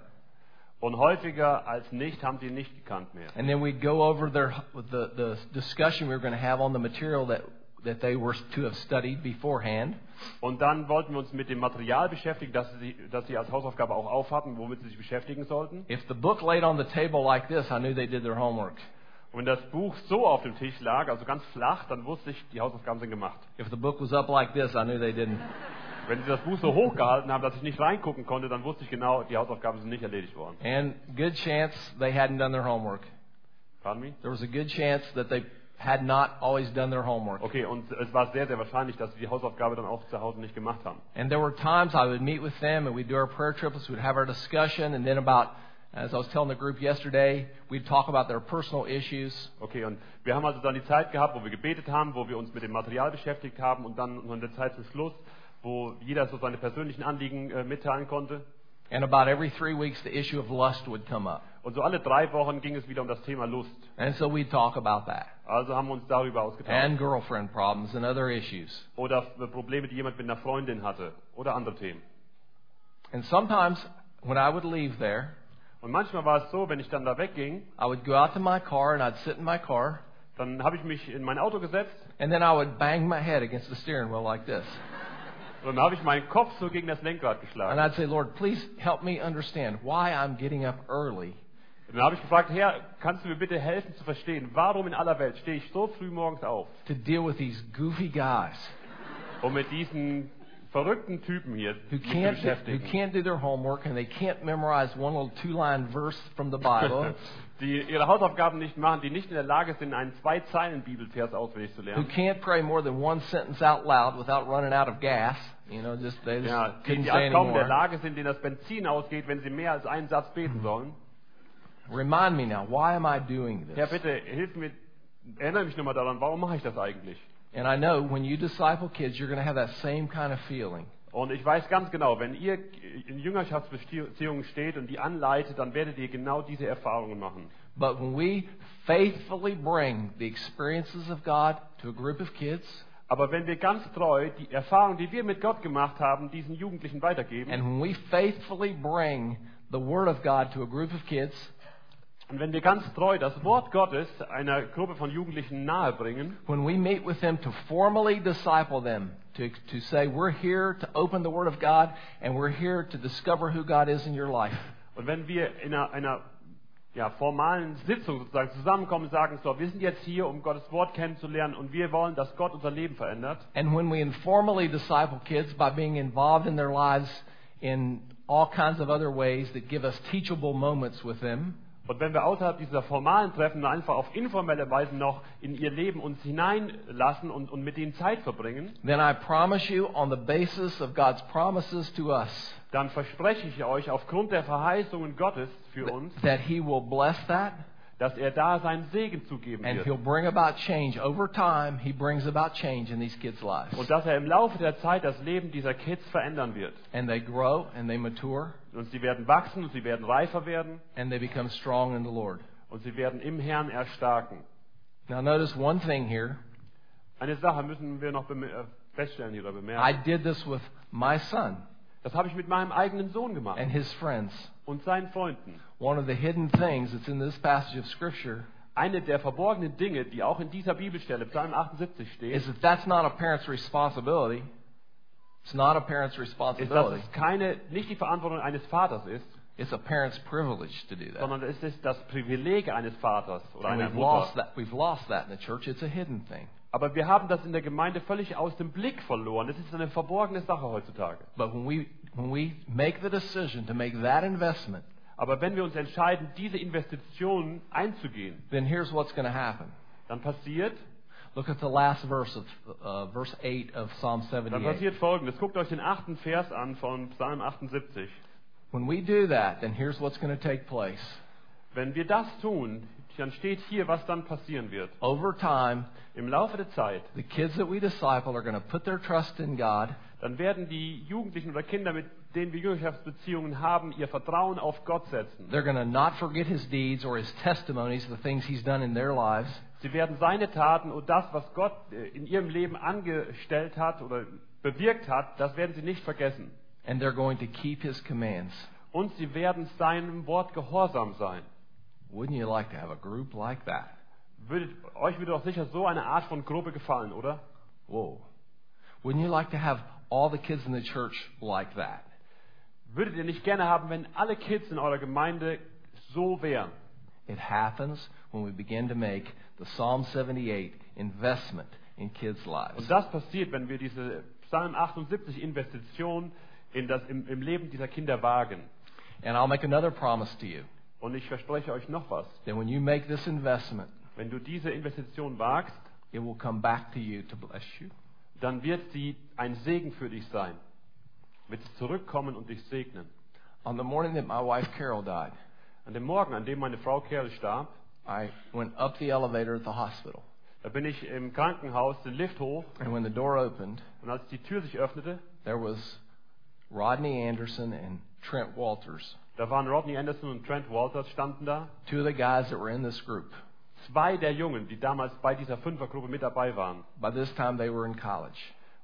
Speaker 2: Und häufiger als nicht haben sie ihn nicht gekannt mehr.
Speaker 1: And then we'd go over their the, the discussion we were going to have on the material that that they were to have studied beforehand.
Speaker 2: Und dann wollten wir uns mit dem Material beschäftigen, das sie, das sie als Hausaufgabe auch aufhatten, womit sie sich beschäftigen sollten.
Speaker 1: If the book laid on the table like this, I knew they did their homework.
Speaker 2: Und wenn das Buch so auf dem Tisch lag, also ganz flach, dann wusste ich, die Hausaufgaben sind gemacht.
Speaker 1: If the book was up like this, I knew they didn't.
Speaker 2: Wenn sie das Buch so hoch gehalten haben, dass ich nicht reingucken konnte, dann wusste ich genau, die Hausaufgaben sind nicht erledigt worden.
Speaker 1: And good chance they hadn't done their homework.
Speaker 2: Pardon me?
Speaker 1: There was a good chance that they had not always done their homework.
Speaker 2: Okay, und es war sehr, sehr wahrscheinlich, dass sie die Hausaufgabe dann auch zu Hause nicht gemacht haben.
Speaker 1: And there were times I would meet with them and we'd do our prayer triplets, we'd have our discussion, and then about, as I was telling the group yesterday, we'd talk about their personal issues.
Speaker 2: Okay, und wir haben also dann die Zeit gehabt, wo wir gebetet haben, wo wir uns mit dem Material beschäftigt haben und dann noch eine Zeit zum Schluss, wo jeder so seine persönlichen Anliegen äh, mitteilen konnte.
Speaker 1: And about every three weeks, the issue of lust would come up.
Speaker 2: Und so alle drei Wochen ging es wieder um das Thema Lust.
Speaker 1: And so we'd talk about that.
Speaker 2: Also haben wir uns darüber ausgetauscht.
Speaker 1: And girlfriend problems and other issues.
Speaker 2: Oder äh, Probleme, die jemand mit einer Freundin hatte. Oder andere Themen.
Speaker 1: And sometimes when I would leave there,
Speaker 2: Und manchmal war es so, wenn ich dann da wegging,
Speaker 1: I would go out to my car and I'd sit in my car,
Speaker 2: dann habe ich mich in mein Auto gesetzt
Speaker 1: and then I would bang my head against the steering wheel like this.
Speaker 2: und dann habe ich meinen Kopf so gegen das Lenkrad
Speaker 1: And
Speaker 2: geschlagen.
Speaker 1: I'd say, Lord, please help me understand why I'm getting up early
Speaker 2: Und dann habe ich gefragt, Herr, kannst du mir bitte helfen zu verstehen, warum in aller Welt stehe ich so früh morgens auf?
Speaker 1: to deal with these goofy guys
Speaker 2: um mit diesen verrückten Typen hier
Speaker 1: who
Speaker 2: mich zu
Speaker 1: can't, who
Speaker 2: beschäftigen,
Speaker 1: can't do their homework and they can't memorize one little two line verse from the Bible,
Speaker 2: die ihre Hausaufgaben nicht machen, die nicht in der Lage sind, einen zwei Zeilen Bibelvers auswendig zu
Speaker 1: who
Speaker 2: lernen.
Speaker 1: can't pray more than one sentence out loud without running out of gas. You know, just they just
Speaker 2: Ja, die,
Speaker 1: couldn't
Speaker 2: die
Speaker 1: say
Speaker 2: kaum in der
Speaker 1: anymore. Mhm.
Speaker 2: Lage sind, denen das Benzin ausgeht, wenn sie mehr als einen Satz beten sollen.
Speaker 1: Remind me now, why am I doing
Speaker 2: Herr,
Speaker 1: this?
Speaker 2: bitte, hilf mir, erinnere mich nochmal daran, warum mache ich das eigentlich?
Speaker 1: And I know when you disciple kids, you're going to have that same kind of feeling.
Speaker 2: Und ich weiß ganz genau, wenn ihr in Jüngerschaftsbeziehungen steht und die anleitet, dann werdet ihr genau diese Erfahrungen machen.
Speaker 1: But when we faithfully bring the experiences of God to a group of kids,
Speaker 2: Aber wenn wir ganz treu die Erfahrung, die wir mit Gott gemacht haben, diesen Jugendlichen weitergeben,
Speaker 1: and when we faithfully bring the Word of God to a group of kids,
Speaker 2: Und wenn wir ganz treu das Wort Gottes einer Gruppe von Jugendlichen nahebringen,
Speaker 1: When we meet with them to formally disciple them, to, to say, we're here to open the Word of God and we're here to discover who God is in your life.
Speaker 2: und wenn wir in einer, einer ja, formalen Sitzung sozusagen zusammenkommen und sagen, so, wir sind jetzt hier, um Gottes Wort kennenzulernen und wir wollen, dass Gott unser Leben verändert,
Speaker 1: And when we informally disciple kids by being involved in their lives in all kinds of other ways that give us teachable moments with them,
Speaker 2: Und wenn wir außerhalb dieser formalen Treffen einfach auf informelle Weise noch in ihr Leben uns hineinlassen und, und mit ihnen Zeit verbringen,
Speaker 1: then I promise you, on the basis of God's promises to us,
Speaker 2: dann verspreche ich euch aufgrund der Verheißungen Gottes für uns,
Speaker 1: that He will bless that
Speaker 2: dass er da seinen Segen zugeben
Speaker 1: and He'll
Speaker 2: wird.
Speaker 1: bring about change. Over time, He brings about change in these kids' lives.
Speaker 2: Und dass er im Laufe der Zeit das Leben dieser Kids verändern wird.
Speaker 1: And they grow and they mature
Speaker 2: Und sie werden wachsen und sie werden reifer werden
Speaker 1: and they become strong in the Lord.
Speaker 2: und sie werden im Herrn erstarken.
Speaker 1: Now, notice one thing here.
Speaker 2: Eine Sache müssen wir noch bem- äh, feststellen hier oder
Speaker 1: I
Speaker 2: bemerken.
Speaker 1: did this with my son
Speaker 2: Das habe ich mit meinem eigenen Sohn gemacht
Speaker 1: and his friends.
Speaker 2: und seinen Freunden.
Speaker 1: One of the hidden things that's in this passage of Scripture
Speaker 2: Eine der verborgenen Dinge, die auch in dieser Bibelstelle, Psalm 78
Speaker 1: is
Speaker 2: steht,
Speaker 1: that that's not a parent's responsibility. It's not a parent's
Speaker 2: ist, dass
Speaker 1: responsibility.
Speaker 2: es keine, nicht die Verantwortung eines Vaters ist,
Speaker 1: It's a parent's privilege to do that.
Speaker 2: sondern es ist das Privileg eines Vaters oder
Speaker 1: And
Speaker 2: einer
Speaker 1: we've lost
Speaker 2: Mutter.
Speaker 1: that. We've lost that in the church. It's a hidden thing.
Speaker 2: Aber wir haben das in der Gemeinde völlig aus dem Blick verloren. Das ist eine verborgene Sache heutzutage.
Speaker 1: But when we when we make the decision to make that investment,
Speaker 2: Aber wenn wir uns entscheiden, diese Investitionen einzugehen,
Speaker 1: then here's what's going to happen.
Speaker 2: dann passiert,
Speaker 1: Look at the last verse of uh, verse eight of Psalm
Speaker 2: dann
Speaker 1: 78.
Speaker 2: passiert Folgendes. Guckt euch den achten Vers an von Psalm 78.
Speaker 1: When we do that, then here's what's going to take place.
Speaker 2: Wenn wir das tun, dann steht hier, was dann passieren wird.
Speaker 1: Over time,
Speaker 2: Im Laufe der Zeit
Speaker 1: the kids that we disciple are going to put their trust in God,
Speaker 2: dann werden die Jugendlichen oder Kinder, mit denen wir Jüngerschaftsbeziehungen haben, ihr Vertrauen auf Gott setzen.
Speaker 1: They're going to not forget his deeds or his testimonies, the things he's done in their lives.
Speaker 2: Sie werden seine Taten und das, was Gott äh, in ihrem Leben angestellt hat oder bewirkt hat, das werden sie nicht vergessen.
Speaker 1: And they're going to keep his commands.
Speaker 2: Und sie werden seinem Wort gehorsam sein.
Speaker 1: Wouldn't you like to have a group like that?
Speaker 2: Würdet, euch würde doch sicher so eine Art von Gruppe gefallen, oder?
Speaker 1: Whoa. Wouldn't you like to have all the kids in the church like that?
Speaker 2: Würdet ihr nicht gerne haben, wenn alle Kids in eurer Gemeinde so wären?
Speaker 1: It happens when we begin to make the Psalm 78 investment in kids' lives.
Speaker 2: Und das passiert, wenn wir diese Psalm 78 Investition in das, im, im Leben dieser Kinder wagen.
Speaker 1: And I'll make another promise to you
Speaker 2: Und ich verspreche euch noch was.
Speaker 1: that when you make this investment,
Speaker 2: Wenn du diese Investition wagst,
Speaker 1: it will come back to you to bless you.
Speaker 2: dann wird sie ein Segen für dich sein. Wird sie zurückkommen und dich segnen.
Speaker 1: On the morning that my wife Carol died,
Speaker 2: An dem Morgen, an dem meine Frau Kerl starb,
Speaker 1: I went up the elevator at the hospital.
Speaker 2: da bin ich im Krankenhaus den Lift hoch
Speaker 1: And when the door opened,
Speaker 2: und als die Tür sich öffnete,
Speaker 1: there was Rodney Anderson and Trent Walters,
Speaker 2: da waren Rodney Anderson und Trent Walters standen da.
Speaker 1: two of the guys that were in this group.
Speaker 2: Zwei der Jungen, die damals bei dieser Fünfergruppe mit dabei waren.
Speaker 1: By this time, they were in college.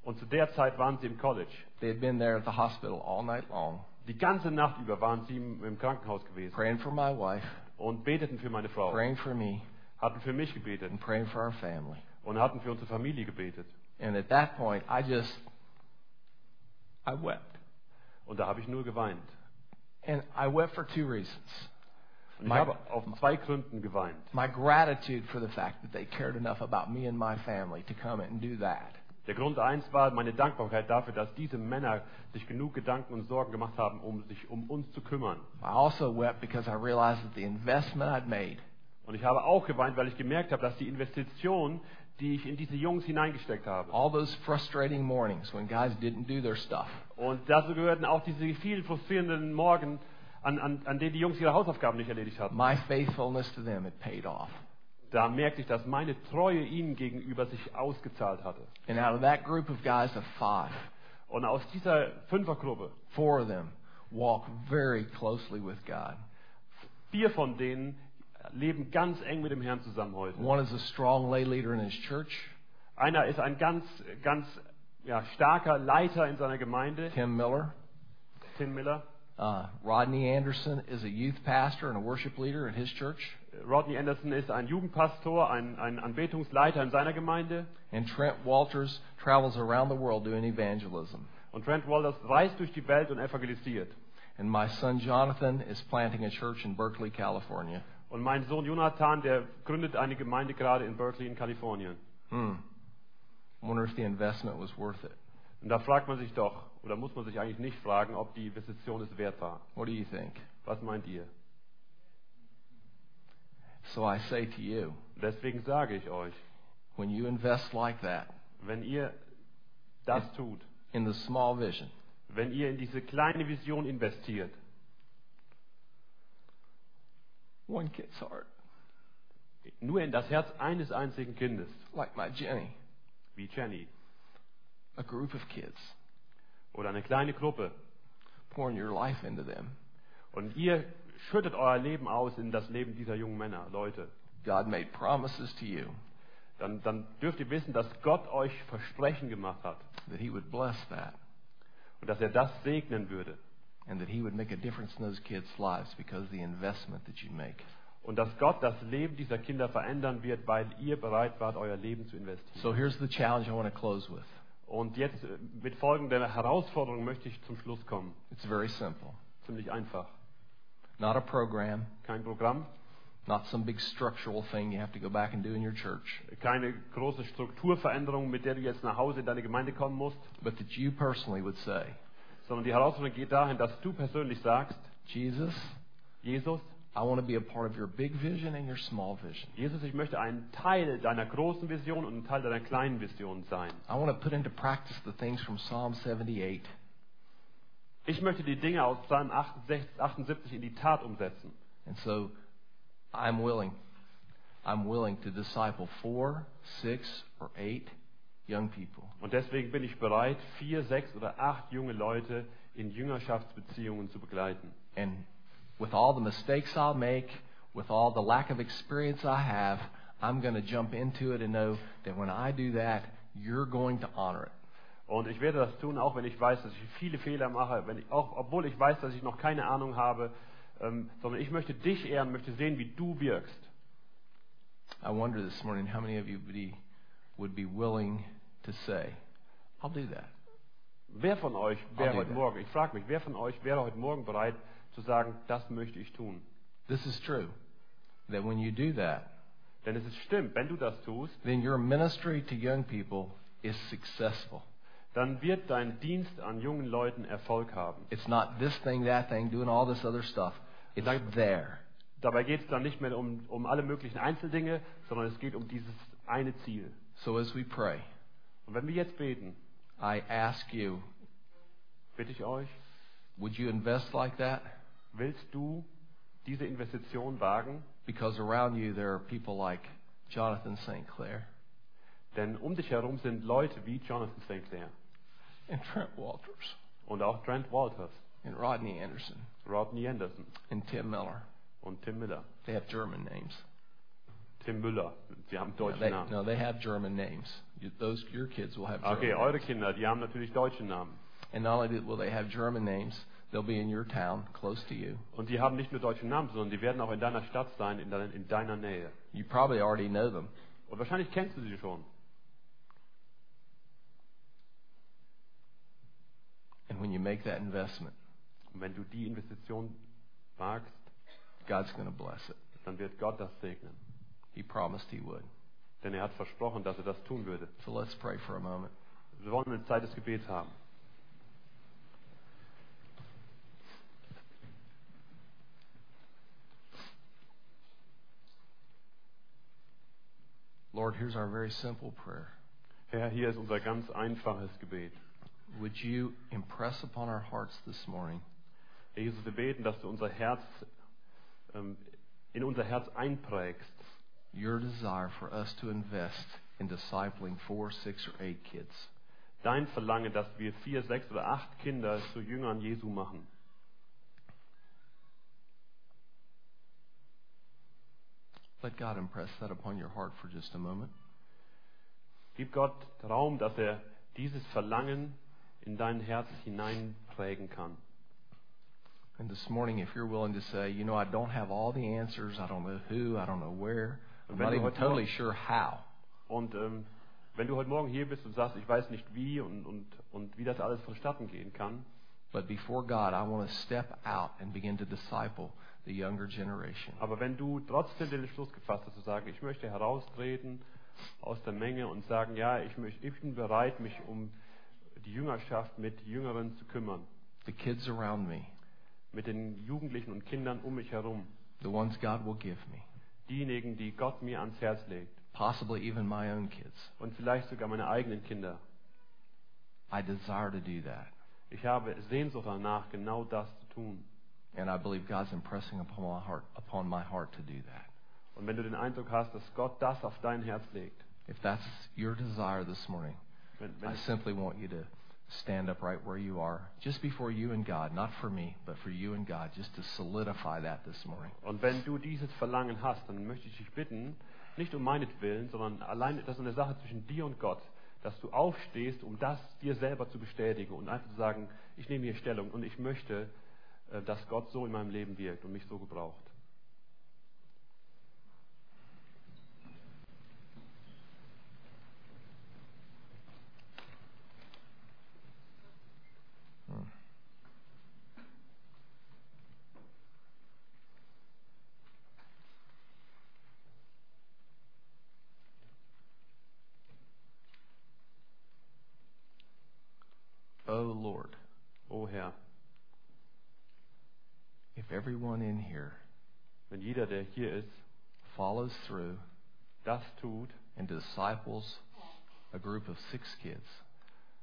Speaker 2: Und zu der Zeit waren sie im College.
Speaker 1: They had been there at the hospital all night long,
Speaker 2: Die ganze Nacht über waren sie im im Krankenhaus gewesen
Speaker 1: praying for my wife,
Speaker 2: und beteten für meine Frau,
Speaker 1: praying for me,
Speaker 2: hatten für mich gebetet
Speaker 1: and praying for our family.
Speaker 2: und hatten für unsere Familie gebetet.
Speaker 1: And at that point, I just, I wept.
Speaker 2: Und da habe ich nur geweint.
Speaker 1: And I wept for two reasons.
Speaker 2: Und ich
Speaker 1: Mein-
Speaker 2: habe auf zwei Gründen geweint.
Speaker 1: My gratitude for the fact that they cared enough about me and my family to come and do that.
Speaker 2: Der Grund eins war meine Dankbarkeit dafür, dass diese Männer sich genug Gedanken und Sorgen gemacht haben, um sich um uns zu kümmern.
Speaker 1: I also wept because I realized that the investment I'd made
Speaker 2: Und ich habe auch geweint, weil ich gemerkt habe, dass die Investition, die ich in diese Jungs hineingesteckt habe,
Speaker 1: all those frustrating mornings when guys didn't do their stuff,
Speaker 2: und dazu gehörten auch diese vielen frustrierenden Morgen, an, an, an denen die Jungs ihre Hausaufgaben nicht erledigt hatten.
Speaker 1: my faithfulness to them had paid off.
Speaker 2: Da merkte ich, dass meine Treue ihnen gegenüber sich ausgezahlt hatte.
Speaker 1: And out of that group of guys of five,
Speaker 2: Und aus dieser Fünfergruppe,
Speaker 1: four of them walk very closely with God.
Speaker 2: vier von denen leben ganz eng mit dem Herrn zusammen heute.
Speaker 1: One is a strong lay leader in his church.
Speaker 2: Einer ist ein ganz, ganz ja, starker Leiter in seiner Gemeinde,
Speaker 1: Tim Miller.
Speaker 2: Tim Miller.
Speaker 1: Uh, Rodney Anderson is a youth pastor and a worship leader at his church.
Speaker 2: Rodney Anderson ist ein Jugendpastor, ein, ein Anbetungsleiter in seiner Gemeinde.
Speaker 1: And Trent Walters travels around the world doing evangelism.
Speaker 2: Und Trent Walters reist durch die Welt und evangelisiert.
Speaker 1: And my son Jonathan is planting a church in Berkeley, California.
Speaker 2: Und mein Sohn Jonathan, der gründet eine Gemeinde gerade in Berkeley in Kalifornien.
Speaker 1: Hmm. I wonder if the investment was worth it.
Speaker 2: Und da fragt man sich doch, oder muss man sich eigentlich nicht fragen, ob die Investition es wert war.
Speaker 1: What do you think?
Speaker 2: Was meint ihr?
Speaker 1: So I say to you,
Speaker 2: Deswegen sage ich euch,
Speaker 1: when you invest like that
Speaker 2: wenn ihr das tut,
Speaker 1: in the small vision,
Speaker 2: wenn ihr in diese kleine Vision investiert,
Speaker 1: one kid's heart,
Speaker 2: nur in das Herz eines einzigen Kindes,
Speaker 1: like my Jenny,
Speaker 2: wie Jenny
Speaker 1: a group of kids,
Speaker 2: oder eine kleine Gruppe,
Speaker 1: pouring your life into them,
Speaker 2: und ihr schüttet euer Leben aus in das Leben dieser jungen Männer, Leute,
Speaker 1: God made promises to you
Speaker 2: dann, dann dürft ihr wissen, dass Gott euch Versprechen gemacht hat
Speaker 1: that He would bless that
Speaker 2: und dass er das segnen würde
Speaker 1: and that He would make a difference in those kids' lives because of the investment that you make.
Speaker 2: und dass Gott das Leben dieser Kinder verändern wird, weil ihr bereit wart, euer Leben zu investieren.
Speaker 1: So here's the challenge I want to close with.
Speaker 2: Und jetzt äh, mit folgender Herausforderung möchte ich zum Schluss kommen.
Speaker 1: It's very simple.
Speaker 2: Ziemlich einfach.
Speaker 1: Not a program,
Speaker 2: Kein Programm,
Speaker 1: not some big structural thing you have to go back and do in your church,
Speaker 2: keine große Strukturveränderung, mit der du jetzt nach Hause in deine Gemeinde kommen musst,
Speaker 1: but that you personally would say,
Speaker 2: sondern die Herausforderung geht dahin, dass du persönlich sagst,
Speaker 1: Jesus,
Speaker 2: Jesus,
Speaker 1: I want to be a part of your big vision and your small vision.
Speaker 2: Jesus, ich möchte ein Teil deiner großen Vision und ein Teil deiner kleinen Vision sein.
Speaker 1: I want to put into practice the things from Psalm 78.
Speaker 2: Ich möchte die Dinge aus Psalm 68, 78 in die Tat umsetzen.
Speaker 1: And so I'm willing. I'm willing to disciple four, six, or eight young people.
Speaker 2: Und deswegen bin ich bereit, vier, sechs oder acht junge Leute in Jüngerschaftsbeziehungen zu begleiten.
Speaker 1: And with all the mistakes I'll make, with all the lack of experience I have, I'm going to jump into it and know that when I do that, you're going to honor it.
Speaker 2: Und ich werde das tun, auch wenn ich weiß, dass ich viele Fehler mache, wenn ich, auch, obwohl ich weiß, dass ich noch keine Ahnung habe, ähm, sondern ich möchte dich ehren, möchte sehen, wie du wirkst.
Speaker 1: I wonder this morning how many of you would be, would be willing to say, I'll do that.
Speaker 2: Wer von euch wäre
Speaker 1: Amen.
Speaker 2: heute Morgen, ich frage mich, wer von euch wäre heute Morgen bereit zu sagen, das möchte ich tun?
Speaker 1: This is true. That when you do that,
Speaker 2: Denn es ist stimmt, wenn du das tust,
Speaker 1: then your ministry to young people is successful.
Speaker 2: dann wird dein Dienst an jungen Leuten Erfolg haben.
Speaker 1: It's not this thing, that thing, doing all this other stuff. It's
Speaker 2: Like-
Speaker 1: there.
Speaker 2: Dabei geht es dann nicht mehr um, um alle möglichen Einzeldinge, sondern es geht um dieses eine Ziel.
Speaker 1: So as we pray,
Speaker 2: Und wenn wir jetzt beten,
Speaker 1: I ask you,
Speaker 2: bitte ich euch,
Speaker 1: would you invest like that?
Speaker 2: willst du diese Investition wagen?
Speaker 1: Because around you there are people like Jonathan St. Clair
Speaker 2: Denn um dich herum sind Leute wie Jonathan St. Clair
Speaker 1: and Trent Walters
Speaker 2: und auch Trent Walters,
Speaker 1: and Rodney Anderson
Speaker 2: Rodney Anderson
Speaker 1: and Tim Miller.
Speaker 2: und Tim Miller.
Speaker 1: They have German names.
Speaker 2: Tim Müller, sie haben
Speaker 1: No
Speaker 2: deutsche
Speaker 1: they,
Speaker 2: Namen.
Speaker 1: no, they have German names. You, those your kids will have German
Speaker 2: Okay,
Speaker 1: names.
Speaker 2: eure Kinder, die haben natürlich deutsche Namen.
Speaker 1: And not only will they have German names, they'll be in your town, close to you.
Speaker 2: Und die haben nicht nur deutsche Namen, sondern die werden auch in deiner Stadt sein, in deiner, in deiner Nähe.
Speaker 1: You probably already know them.
Speaker 2: Und wahrscheinlich kennst du sie schon.
Speaker 1: And when you make that investment,
Speaker 2: Und wenn du die Investition wagst,
Speaker 1: God's going to bless it.
Speaker 2: dann wird Gott das segnen.
Speaker 1: He promised He would.
Speaker 2: Denn er hat versprochen, dass er das tun würde.
Speaker 1: So let's pray for a moment.
Speaker 2: Wir wollen eine Zeit des Gebets haben.
Speaker 1: Lord, here's our very simple prayer.
Speaker 2: Herr, hier ist unser ganz einfaches Gebet.
Speaker 1: Would you impress upon our hearts this morning
Speaker 2: Herr Jesus, wir beten, dass du unser Herz ähm, in unser Herz einprägst,
Speaker 1: your desire for us to invest in discipling four, six, or eight kids?
Speaker 2: dein Verlangen, dass wir vier, sechs oder acht Kinder zu Jüngern Jesu machen.
Speaker 1: Let God impress that upon your heart for just a moment.
Speaker 2: Gib Gott Raum, dass er dieses Verlangen in dein Herz hineinprägen kann.
Speaker 1: And this morning, if you're willing to say, you know, I don't have all the answers, I don't know who, I don't know where, I'm
Speaker 2: Wenn
Speaker 1: not
Speaker 2: du
Speaker 1: even
Speaker 2: heute
Speaker 1: totally
Speaker 2: Morgen-
Speaker 1: sure how,
Speaker 2: Und ähm, wenn du heute Morgen hier bist und sagst, ich weiß nicht wie und, und, und wie das alles vonstatten gehen kann,
Speaker 1: but before God, I want to step out and begin to disciple the younger generation.
Speaker 2: aber wenn du trotzdem den Entschluss gefasst hast zu sagen, ich möchte heraustreten aus der Menge und sagen, ja, ich, möcht, ich bin bereit, mich um die Jüngerschaft mit Jüngeren zu kümmern,
Speaker 1: The kids around me,
Speaker 2: mit den Jugendlichen und Kindern um mich herum,
Speaker 1: the ones God will give me,
Speaker 2: diejenigen, die Gott mir ans Herz legt
Speaker 1: possibly even my own kids.
Speaker 2: und vielleicht sogar meine eigenen Kinder.
Speaker 1: I desire to do that.
Speaker 2: Ich habe Sehnsucht danach, genau das zu tun.
Speaker 1: And I believe God's impressing upon my heart, upon my heart to do that.
Speaker 2: Und wenn du den Eindruck hast, dass Gott das auf dein Herz legt,
Speaker 1: If that's your desire this morning,
Speaker 2: wenn, wenn
Speaker 1: I
Speaker 2: es
Speaker 1: simply want you to stand up right where you are, just before you and God, not for me, but for you and God, just to solidify that this morning.
Speaker 2: Und wenn du dieses Verlangen hast, dann möchte ich dich bitten, nicht um meinetwillen, sondern allein, das ist eine Sache zwischen dir und Gott, dass du aufstehst, um das dir selber zu bestätigen und einfach zu sagen, ich nehme hier Stellung und ich möchte, äh, dass Gott so in meinem Leben wirkt und mich so gebraucht.
Speaker 1: Oh Lord,
Speaker 2: Oh Herr,
Speaker 1: if everyone in here
Speaker 2: wenn jeder, der hier ist,
Speaker 1: follows through
Speaker 2: das tut,
Speaker 1: and disciples a group of six kids,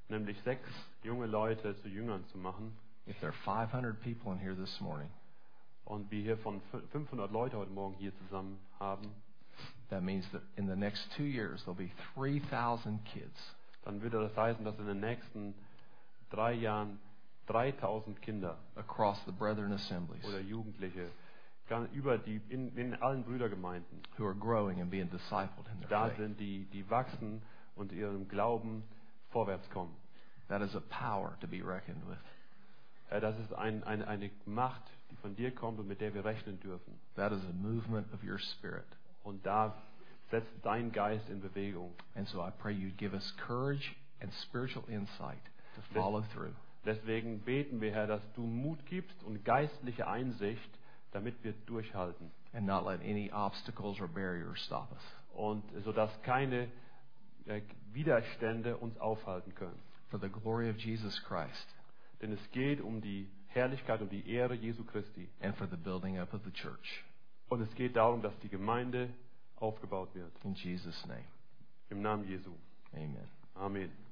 Speaker 2: nämlich sechs junge Leute zu Jüngern zu machen,
Speaker 1: if there are 500 people in here this morning,
Speaker 2: und wir hier von fü- 500 Leute heute Morgen hier zusammen haben,
Speaker 1: that means that in the next two years there'll be 3,000 kids
Speaker 2: dann würde das heißen, dass in den nächsten drei Jahren 3000 Kinder
Speaker 1: across the Brethren assemblies
Speaker 2: oder Jugendliche gar- über die in, in allen Brüdergemeinden
Speaker 1: who are growing and being discipled in their
Speaker 2: da
Speaker 1: faith.
Speaker 2: sind, die, die wachsen und ihrem Glauben vorwärts kommen.
Speaker 1: That is a power to be reckoned with.
Speaker 2: Herr, Äh, das ist ein, ein, eine Macht, die von dir kommt und mit der wir rechnen dürfen.
Speaker 1: That is a movement of your spirit.
Speaker 2: Und da setzt dein Geist in Bewegung.
Speaker 1: And so I pray you'd give us courage and spiritual insight to
Speaker 2: Yes.
Speaker 1: follow through.
Speaker 2: Deswegen beten wir, Herr, dass du Mut gibst und geistliche Einsicht, damit wir durchhalten.
Speaker 1: and not let any obstacles or barriers stop us.
Speaker 2: und sodass keine äh, Widerstände uns aufhalten können.
Speaker 1: For the glory of Jesus Christ
Speaker 2: Denn es geht um die Herrlichkeit und die Ehre Jesu Christi.
Speaker 1: and for the building up of the church.
Speaker 2: Und es geht darum, dass die Gemeinde aufgebaut wird.
Speaker 1: In Jesus' name,
Speaker 2: Im Namen Jesu.
Speaker 1: amen.
Speaker 2: Amen.